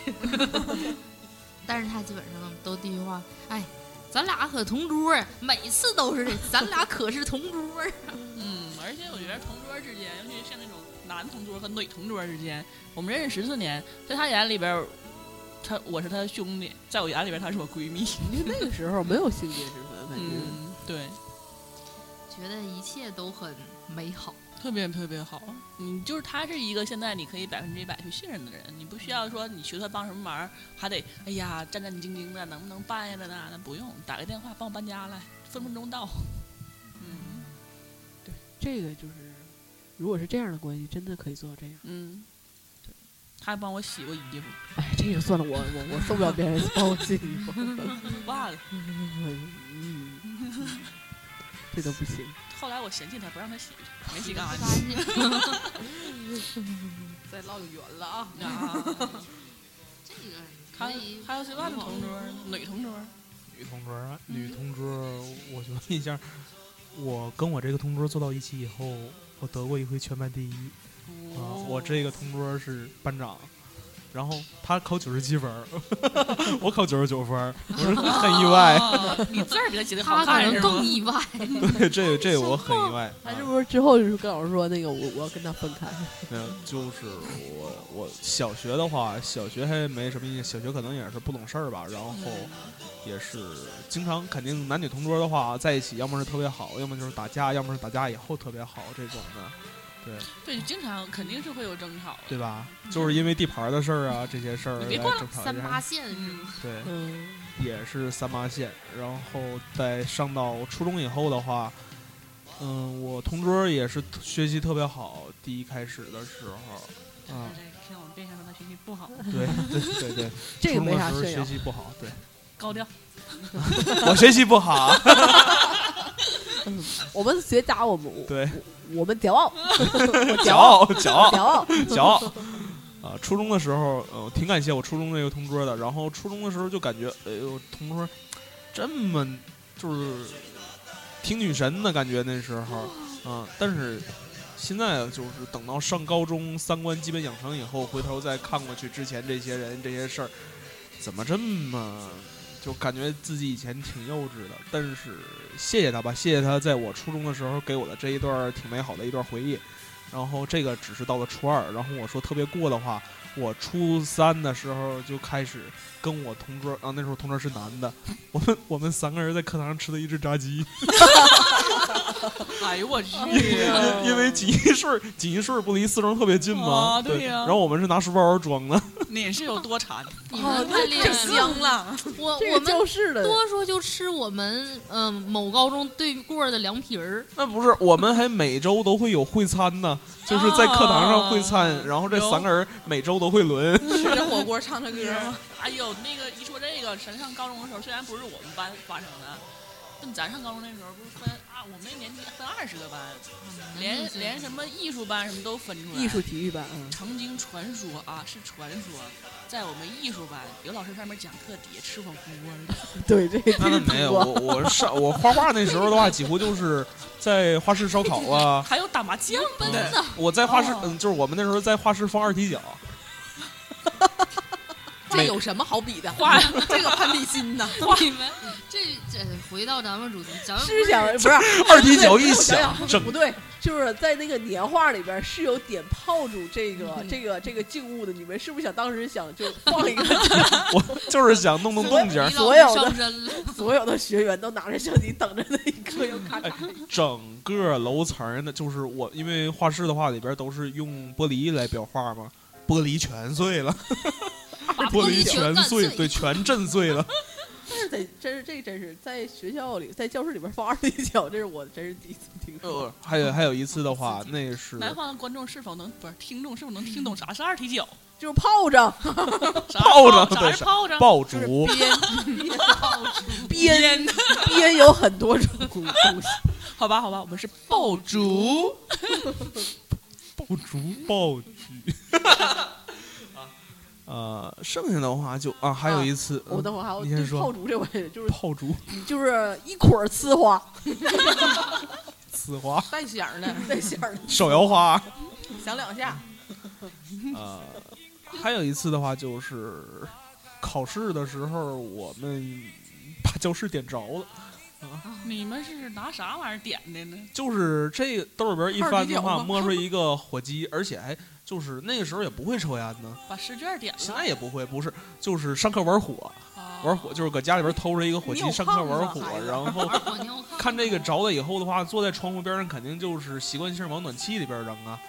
Speaker 5: 但是他基本上都第一句话，哎，咱俩可同桌儿，每次都是这，咱俩可是同桌儿。
Speaker 6: 嗯，而且我觉得同桌之间，尤其是像那种男同桌和女同桌之间，我们认识十四年，在他眼里边儿，他我是他的兄弟，在我眼里边儿他是我闺蜜。
Speaker 4: 因为那个时候没有性别之分，感觉。
Speaker 6: 嗯， 对，
Speaker 5: 觉得一切都很美好。
Speaker 6: 特别特别好。嗯，就是他是一个现在你可以百分之一百去信任的人，你不需要说你求他帮什么忙，还得哎呀战战兢兢的，能不能办呀的呢？那不用，打个电话帮我搬家来，分分钟到。嗯
Speaker 4: 这个就是，如果是这样的关系，真的可以做到这样。
Speaker 6: 嗯，他还帮我洗过衣服，
Speaker 4: 哎，这个算了，我我我受不了别人帮我 洗衣服，
Speaker 6: 忘了。
Speaker 4: 嗯，这都不行。
Speaker 6: 后来我嫌弃他，不让他洗去，没洗干
Speaker 5: 发
Speaker 6: 净。
Speaker 5: 现
Speaker 7: 再唠就远了啊！
Speaker 6: 啊，
Speaker 5: 这个
Speaker 6: 还
Speaker 5: 可以
Speaker 6: 还有谁万的同桌呢？女同桌
Speaker 3: 女同桌啊，女同桌，我觉得一下，我跟我这个同桌坐到一起以后，我得过一回全班第一啊！我这个同桌是班长，然后他考九十七分儿， 我考九十九分儿，我是很意外。
Speaker 6: 哦 你字儿比他写的
Speaker 5: 他
Speaker 6: 好
Speaker 5: 可
Speaker 6: 看
Speaker 5: 能
Speaker 6: 是
Speaker 5: 更
Speaker 6: 吗？
Speaker 5: 意外，
Speaker 3: 对，这个这个我很意外。
Speaker 4: 他是
Speaker 3: 啊
Speaker 4: 不是之后就是跟老师说那个我我要跟他分开？
Speaker 3: 没有，就是我我小学的话，小学还没什么印象，小学可能也是不懂事儿吧，然后也是经常肯定男女同桌的话在一起，要么是特别好，要么就是打架，要么是打架以后特别好这种的，
Speaker 6: 对，经常肯定是会有争吵。
Speaker 3: 对吧？就是因为地盘儿的事儿啊，这些事儿
Speaker 6: 你
Speaker 3: 来
Speaker 6: 别过来
Speaker 3: 争吵
Speaker 5: 三
Speaker 3: 一下
Speaker 5: 八线是吗？
Speaker 6: 嗯，
Speaker 3: 对，
Speaker 4: 嗯，
Speaker 3: 也是三八线。然后在上到初中以后的话，嗯，我同桌也是学习特别好，第一开始的时候，啊，
Speaker 6: 听哎我变相说他学习不好，
Speaker 3: 对对对对，
Speaker 4: 这个
Speaker 3: 初中
Speaker 4: 没
Speaker 3: 的
Speaker 4: 啥
Speaker 3: 时候
Speaker 4: 炫
Speaker 3: 学
Speaker 4: 耀。
Speaker 3: 习不好，对。
Speaker 6: 高调。
Speaker 3: 我学习不好，
Speaker 4: 我们学渣，我们我
Speaker 3: 对，
Speaker 4: 我们骄 傲，我
Speaker 3: 骄
Speaker 4: 骄傲，
Speaker 3: 傲，骄傲
Speaker 4: 骄，傲。
Speaker 3: 骄傲。啊，初中的时候，呃，挺感谢我初中那个同桌的。然后初中的时候就感觉，哎呦，同桌这么就是挺女神的感觉，那时候啊。但是现在啊就是等到上高中，三观基本养成以后，回头再看过去之前这些人这些事儿，怎么这么就感觉自己以前挺幼稚的？但是谢谢他吧，谢谢他在我初中的时候给我了这一段儿挺美好的一段回忆。然后这个只是到了初二，然后我说特别过的话，我初三的时候就开始跟我同桌啊，那时候同桌是男的， 我们我们三个人在课堂上吃的一只炸鸡，
Speaker 6: 哎呦我去！
Speaker 3: 因为锦衣顺儿锦衣顺儿不离四中特别近吗？
Speaker 6: 啊对呀
Speaker 3: 然后我们是拿书包装的，
Speaker 6: 你是有多馋？
Speaker 5: 你
Speaker 7: 哦
Speaker 5: 们哦太厉害了，
Speaker 6: 了，
Speaker 5: 我
Speaker 4: 这
Speaker 5: 我
Speaker 4: 个
Speaker 5: 们
Speaker 4: 就是的，
Speaker 5: 多说就吃我们嗯、某高中对过的凉皮儿，
Speaker 3: 那不是我们还每周都会有会餐呢，就是在课堂上会餐
Speaker 6: 啊，
Speaker 3: 然后这三个人每周都会轮，
Speaker 7: 吃着火锅唱着 歌吗？
Speaker 6: 哎呦，那个一说这个，神上高中的时候，虽然不是我们班发生的，就咱上高中那时候不是分啊，我们那年级分二十个班，
Speaker 8: 嗯
Speaker 6: 连连什么艺术班什么都分出来。
Speaker 4: 艺术体育班，嗯，
Speaker 6: 曾经传说啊，是传说，在我们艺术班有老师上面讲课，底下吃火锅呢。
Speaker 4: 对，这个
Speaker 3: 那
Speaker 4: 这
Speaker 3: 那
Speaker 4: 个
Speaker 3: 没有，
Speaker 4: 多
Speaker 3: 我我上我画画那时候的话，几乎就是在画室烧烤啊。
Speaker 6: 还有打麻将
Speaker 8: 奔
Speaker 6: 的。
Speaker 8: 呢，
Speaker 3: 我在画室，
Speaker 6: 哦
Speaker 3: 嗯，就是我们那时候在画室放二踢脚，
Speaker 4: 这有什么好比的？
Speaker 6: 画
Speaker 4: 这个攀比心 呐，
Speaker 8: 你们这这回到咱们主题，咱们不
Speaker 4: 是
Speaker 8: 是
Speaker 4: 想不是
Speaker 3: 二踢脚一
Speaker 4: 我想
Speaker 3: 响，
Speaker 4: 想
Speaker 3: 整
Speaker 4: 不对，就是在那个年画里边是有点炮竹这个这个这个静物的，你们是不是想当时想就放一个
Speaker 3: 我就是想弄弄动静儿
Speaker 8: 离，
Speaker 4: 所有
Speaker 8: 老师
Speaker 4: 的
Speaker 8: 上身了，
Speaker 4: 所有的学员都拿着相机等着那一 刻要
Speaker 7: 哎
Speaker 4: 咔咔
Speaker 3: 整个楼层儿呢，就是我因为画室的话里边都是用玻璃来裱画嘛，玻璃全碎了，
Speaker 8: 把
Speaker 3: 玻
Speaker 8: 璃
Speaker 3: 全
Speaker 8: 干碎，
Speaker 3: 对，全震碎了。
Speaker 4: 但是在真是这真是在学校里在教室里边放二踢脚，这是我真是第一次听说。
Speaker 3: 呃，还有还有一次的话，那是
Speaker 6: 南方的观众是否能不是听众是否能听
Speaker 3: 嗯
Speaker 6: 懂啥是二踢脚？
Speaker 4: 就是炮仗、
Speaker 6: 啥是
Speaker 3: 炮仗
Speaker 6: 啥
Speaker 3: 对
Speaker 6: 是
Speaker 3: 啥
Speaker 6: 炮仗？
Speaker 3: 爆竹，
Speaker 4: 鞭、鞭有很多种东西。
Speaker 6: 好吧，好吧，我们是爆竹。
Speaker 3: 爆竹，爆菊。 啊，呃，剩下的话就啊，还有一次，
Speaker 4: 我
Speaker 3: 嗯
Speaker 4: 等会儿还有
Speaker 3: 你
Speaker 4: 就
Speaker 3: 先
Speaker 4: 是
Speaker 3: 说
Speaker 4: 炮竹这玩意，就是
Speaker 3: 炮竹
Speaker 4: 就是一捆儿呲花
Speaker 3: 呲花、
Speaker 7: 带响儿的，
Speaker 4: 在线儿，
Speaker 3: 手摇花，啊
Speaker 7: 响两下，
Speaker 3: 呃，还有一次的话就是考试的时候，我们把教室点着了。
Speaker 6: 你们是拿啥玩意儿点的呢？
Speaker 3: 就是这个兜里边一翻的
Speaker 7: 二踢脚
Speaker 3: 话，
Speaker 7: 吗
Speaker 3: 摸出一个火机，而且还就是那个时候也不会抽烟呢，
Speaker 6: 把试卷点
Speaker 3: 现
Speaker 6: 了。
Speaker 3: 在也不会，不是，就是上课玩火，
Speaker 6: 啊
Speaker 3: 玩火就是搁家里边偷着一个火
Speaker 7: 你
Speaker 3: 机
Speaker 7: 有
Speaker 3: 上课玩
Speaker 7: 胖子
Speaker 3: 火
Speaker 7: 啊孩，子
Speaker 3: 然后
Speaker 8: 玩火尿炕
Speaker 3: 看这个着了以后的话，坐在窗户边上肯定就是习惯性往暖气里边扔啊。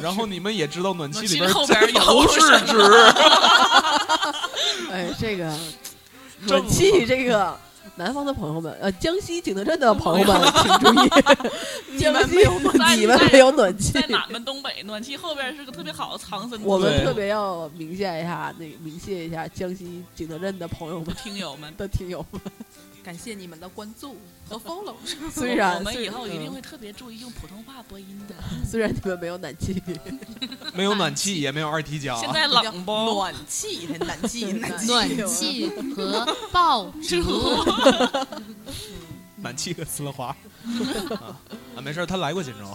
Speaker 3: 然后你们也知道暖气里
Speaker 6: 暖气后边
Speaker 3: 这
Speaker 6: 有
Speaker 3: 不是纸，
Speaker 4: 哎，这 个
Speaker 3: 正
Speaker 4: 暖气这个。南方的朋友们，呃，江西景德镇的朋友们，请注意， 江西
Speaker 6: 暖气
Speaker 4: 你们没有暖气
Speaker 6: 在，俺们东北，暖气后边是个特别好的藏身之地。
Speaker 4: 我们
Speaker 3: 对
Speaker 4: 特别要鸣谢一下，那个鸣谢一下江西景德镇的朋友们
Speaker 6: 听友们，
Speaker 4: 的听友 们。
Speaker 7: 感谢你们的关注和 follow。
Speaker 4: 虽然
Speaker 6: 我们
Speaker 4: 虽
Speaker 6: 以后一定
Speaker 4: 嗯
Speaker 6: 会特别注意用普通话播音的。
Speaker 4: 虽然你们没有暖气，
Speaker 3: 没有暖气，也没有二踢脚
Speaker 6: 现。在冷不？
Speaker 7: 暖气，暖气，暖气，
Speaker 8: 暖气和爆竹，
Speaker 3: 暖气和呲了 花啊啊，没事儿，他来过锦州，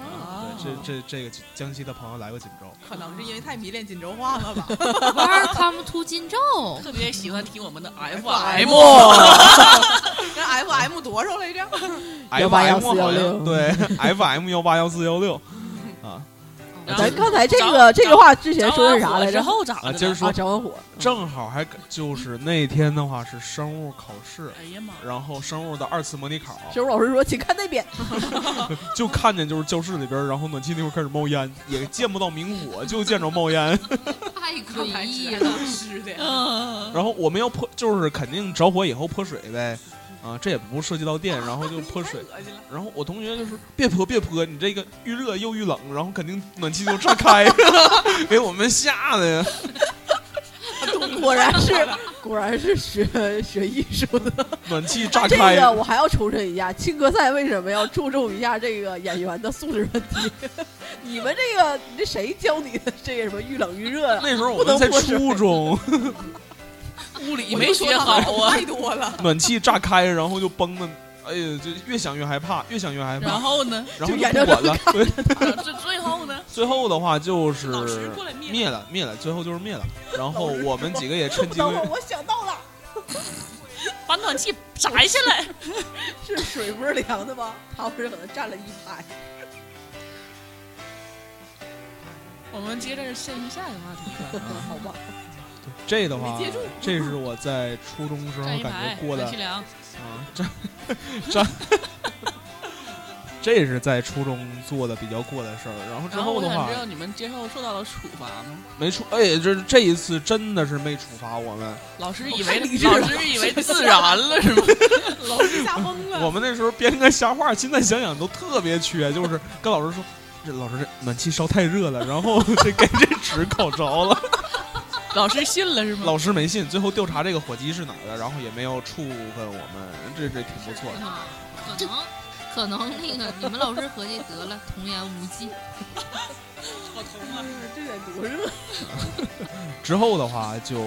Speaker 7: 嗯
Speaker 6: 啊
Speaker 3: 对，这这这个江西的朋友来过锦州。
Speaker 7: 可能是因为太迷恋锦州话了 吧？
Speaker 8: Welcome to 金州，
Speaker 6: 特别喜欢听我们的
Speaker 3: 哎
Speaker 7: FM
Speaker 6: FM，
Speaker 7: 跟 FM 多少来着？
Speaker 3: FM
Speaker 4: 18416
Speaker 3: 好像对 FM 幺八幺四幺六啊
Speaker 6: 然后
Speaker 4: 咱哎刚才这个
Speaker 6: 着
Speaker 4: 这个话之前说的啥来着
Speaker 6: 之？后咋的
Speaker 3: 啊！
Speaker 6: 了？
Speaker 3: 接着
Speaker 4: 啊，
Speaker 3: 说，
Speaker 4: 着完火，
Speaker 3: 正好还就是那天的话是生物考试，
Speaker 6: 哎呀妈！
Speaker 3: 然后生物的二次模拟考，
Speaker 4: 小武老师说，请看那边，
Speaker 3: 就看见就是教室里边，然后暖气那块开始冒烟，也见不到明火，就见着冒烟。
Speaker 8: 太诡 异
Speaker 7: 还
Speaker 8: 了。
Speaker 7: 能吃的，
Speaker 6: 嗯，
Speaker 3: 然后我们要泼，就是肯定着火以后泼水呗，啊，这也不涉及到电，然后就泼 水。
Speaker 7: 恶心了。
Speaker 3: 然后我同学就是别泼别泼，你这个遇热又遇冷，然后肯定暖气就炸 开，给我们吓的呀。
Speaker 4: 果然是果然是学学艺术的。
Speaker 3: 暖气炸
Speaker 4: 这
Speaker 3: 开，
Speaker 4: 个我还要重申一下，青歌赛为什么要注重一下这个演员的素质问题？你们这个，你这谁教你的？这个什么遇冷遇 热啊？
Speaker 3: 那时候我们才初中，
Speaker 6: 物理
Speaker 7: 我
Speaker 6: 没
Speaker 7: 就说
Speaker 6: 学
Speaker 7: 他
Speaker 6: 好啊。
Speaker 7: 太多了。
Speaker 3: 暖气炸开，然后就崩的，哎呀，就越想越害怕，越想越害
Speaker 6: 然
Speaker 3: 怕，
Speaker 6: 后呢？
Speaker 3: 然后
Speaker 4: 就
Speaker 3: 就
Speaker 4: 眼
Speaker 3: 不管了。对，
Speaker 6: 这最后呢？
Speaker 3: 最后的话就是
Speaker 6: 老师过来灭
Speaker 3: 灭了，灭了，最后就是灭了。然后我们几个也趁机
Speaker 4: 等
Speaker 3: 会
Speaker 4: 会儿， 我想到了，
Speaker 6: 把暖气摘下来。
Speaker 4: 是水不是凉的吗？他不是可能站了一排。
Speaker 6: 我们接着进行下一个话题。
Speaker 3: 嗯
Speaker 4: 好吧，
Speaker 3: 这的话
Speaker 7: 没接住，
Speaker 3: 这是我在初中时候
Speaker 6: 站一
Speaker 3: 感
Speaker 6: 排，
Speaker 3: 觉过的
Speaker 6: 暖气凉，
Speaker 3: 啊，这 这这是在初中做的比较过的事儿。然后之
Speaker 6: 然后我
Speaker 3: 的
Speaker 6: 想
Speaker 3: 话
Speaker 6: 知，道你们接受受到了处罚吗？
Speaker 3: 没处，哎，这这一次真的是没处罚我们。
Speaker 6: 老师以 为
Speaker 4: 太理智了
Speaker 6: 老师以为自然了是吗？
Speaker 7: 老师 吓疯
Speaker 6: 啊
Speaker 7: 了。
Speaker 3: 我们那时候编个瞎话，现在想想都特别缺，就是跟老师 说，这老师这暖气烧太热了，然后这给这纸烤着了，
Speaker 6: 老师信了是吗？
Speaker 3: 老师没信，最后调查这个伙计是哪儿的，然后也没有处分我们，这这挺不错的。
Speaker 5: 啊可能可能那个你们老师合计得了，童言无忌。
Speaker 6: 好疼啊！
Speaker 4: 这得多热
Speaker 3: 之后的话就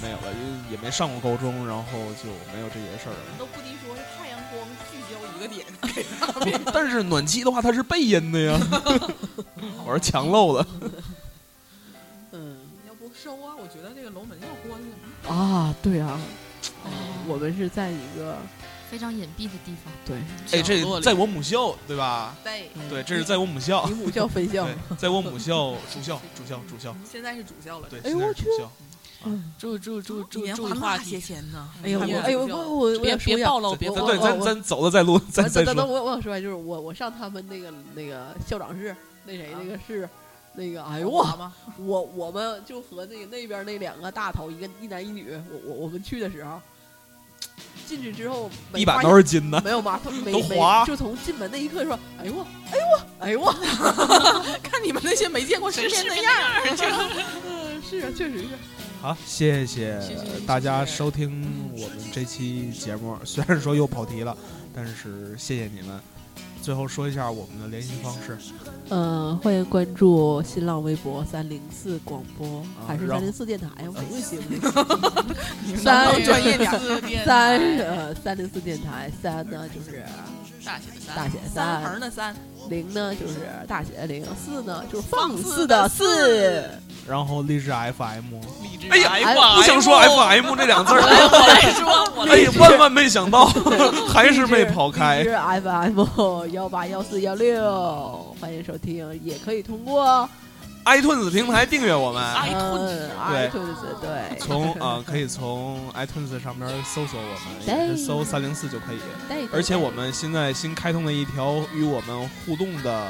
Speaker 3: 没有了，因为也没上过高中，然后就没有这些事儿了。
Speaker 7: 都不敌说是太阳光聚焦一个点，
Speaker 3: 但是暖气的话，它是背阴的呀，我是强漏的。
Speaker 4: 嗯
Speaker 7: 你要不收啊？我觉得这个楼门要关了。
Speaker 4: 啊，对啊，
Speaker 5: 哦，
Speaker 4: 我们是在一个
Speaker 5: 非常隐蔽的地方。
Speaker 4: 对
Speaker 3: 哎，
Speaker 6: 角
Speaker 3: 这
Speaker 6: 落里
Speaker 3: 在我母校对吧？
Speaker 7: 对，
Speaker 3: 嗯对，这是在我母校
Speaker 4: 你，母校分校
Speaker 3: 哦 对。，在我母校住校，住校，住校，
Speaker 7: 现在是主校了。
Speaker 3: 对，
Speaker 4: 哎
Speaker 3: 现在
Speaker 4: 我
Speaker 3: 是
Speaker 4: 去
Speaker 3: 住校。
Speaker 6: 注注注注
Speaker 7: 年
Speaker 6: 注
Speaker 7: 华
Speaker 6: 意话
Speaker 7: 那
Speaker 6: 题
Speaker 7: 些，钱呢？
Speaker 4: 哎呦我
Speaker 6: 哎呀
Speaker 4: 哎呦我我我我
Speaker 6: 别
Speaker 4: 想说一
Speaker 6: 别
Speaker 4: 下
Speaker 6: 暴露，哦别
Speaker 4: 我
Speaker 3: 咱
Speaker 6: 暴
Speaker 3: 对，
Speaker 6: 露。
Speaker 3: 咱咱走了再录，咱
Speaker 4: 啊等
Speaker 3: 再
Speaker 4: 等等，
Speaker 3: 说。
Speaker 4: 我我想说，就是我我上他们那个那个校长室，那谁那个室，那个哎呦我
Speaker 7: 妈妈
Speaker 4: 我我们就和那个那边那两个大头，一个一男一女，我我我们去的时候，进去之后没
Speaker 3: 一把
Speaker 4: 发
Speaker 3: 都是金 的，
Speaker 4: 没有马桶，没
Speaker 3: 都
Speaker 4: 没
Speaker 3: 滑
Speaker 4: 就从进门那一刻说，哎呦我，哎呦我，哎呦
Speaker 7: 看你们那些没见过世面的样儿，
Speaker 4: 我，嗯，是啊，确实是，
Speaker 3: 好，谢谢
Speaker 6: 谢谢
Speaker 3: 大家收听我们这期节目。虽然说又跑题了，但是谢谢你们。最后说一下我们的联系方式，
Speaker 4: 嗯，欢迎关注新浪微博三零四广播，
Speaker 3: 啊
Speaker 4: 还是
Speaker 3: 然
Speaker 4: 三
Speaker 3: 后
Speaker 4: 零四电台哎呀？我不行，
Speaker 6: 咱
Speaker 4: 三
Speaker 6: 专业点，
Speaker 4: 三呃三零四电台，三呢就是
Speaker 6: 大写的三
Speaker 4: 大写
Speaker 7: 三
Speaker 4: 三
Speaker 7: 横，的三，
Speaker 4: 零呢就是大写的零，四呢就是
Speaker 7: 放
Speaker 4: 放
Speaker 7: 肆
Speaker 4: 肆
Speaker 7: 的
Speaker 4: 的四。
Speaker 3: 然后励志 FM。
Speaker 6: 励志
Speaker 3: 哎呀
Speaker 6: 癌
Speaker 4: 哎
Speaker 6: 吧，
Speaker 3: 不想说 FM 这两字儿，
Speaker 6: 我来说，我
Speaker 3: 哎呀，万万没想到，还是没跑开
Speaker 4: 荔。枝 FM 幺八幺四幺六，欢迎收听，也可以通过
Speaker 3: iTunes 平台订阅我们，
Speaker 4: 嗯
Speaker 3: iTunes
Speaker 4: iTunes 对，
Speaker 3: 从啊、可以从 iTunes 上边搜索我们，
Speaker 4: 对
Speaker 3: 也是搜三零四就可以。
Speaker 4: 对，
Speaker 3: 而且我们现在新开通了一条与我们互动的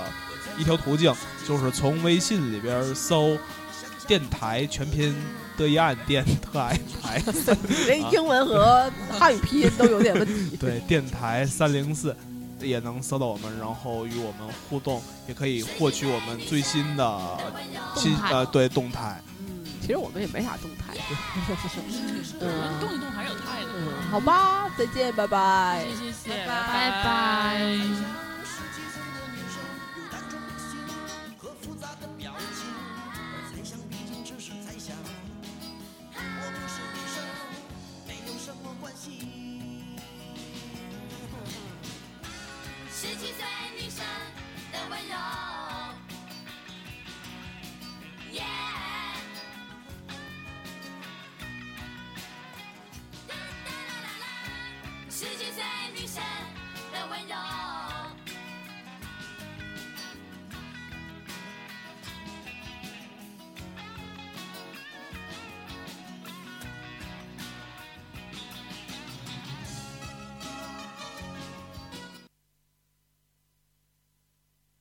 Speaker 3: 一条途径，就是从微信里边搜“电台全拼的一岸电台台
Speaker 4: 人英文和汉语拼音都有点 问题”，，
Speaker 3: 对，电台三零四也能搜到我们，然后与我们互动，也可以获取我们最新的新
Speaker 5: 动态
Speaker 3: 呃对动态。
Speaker 4: 嗯，其实我们也没啥动态， 嗯
Speaker 6: 动一动还是有态度。
Speaker 4: 嗯，好吧，再见，拜拜。
Speaker 6: 谢谢，
Speaker 7: 拜
Speaker 5: 拜拜。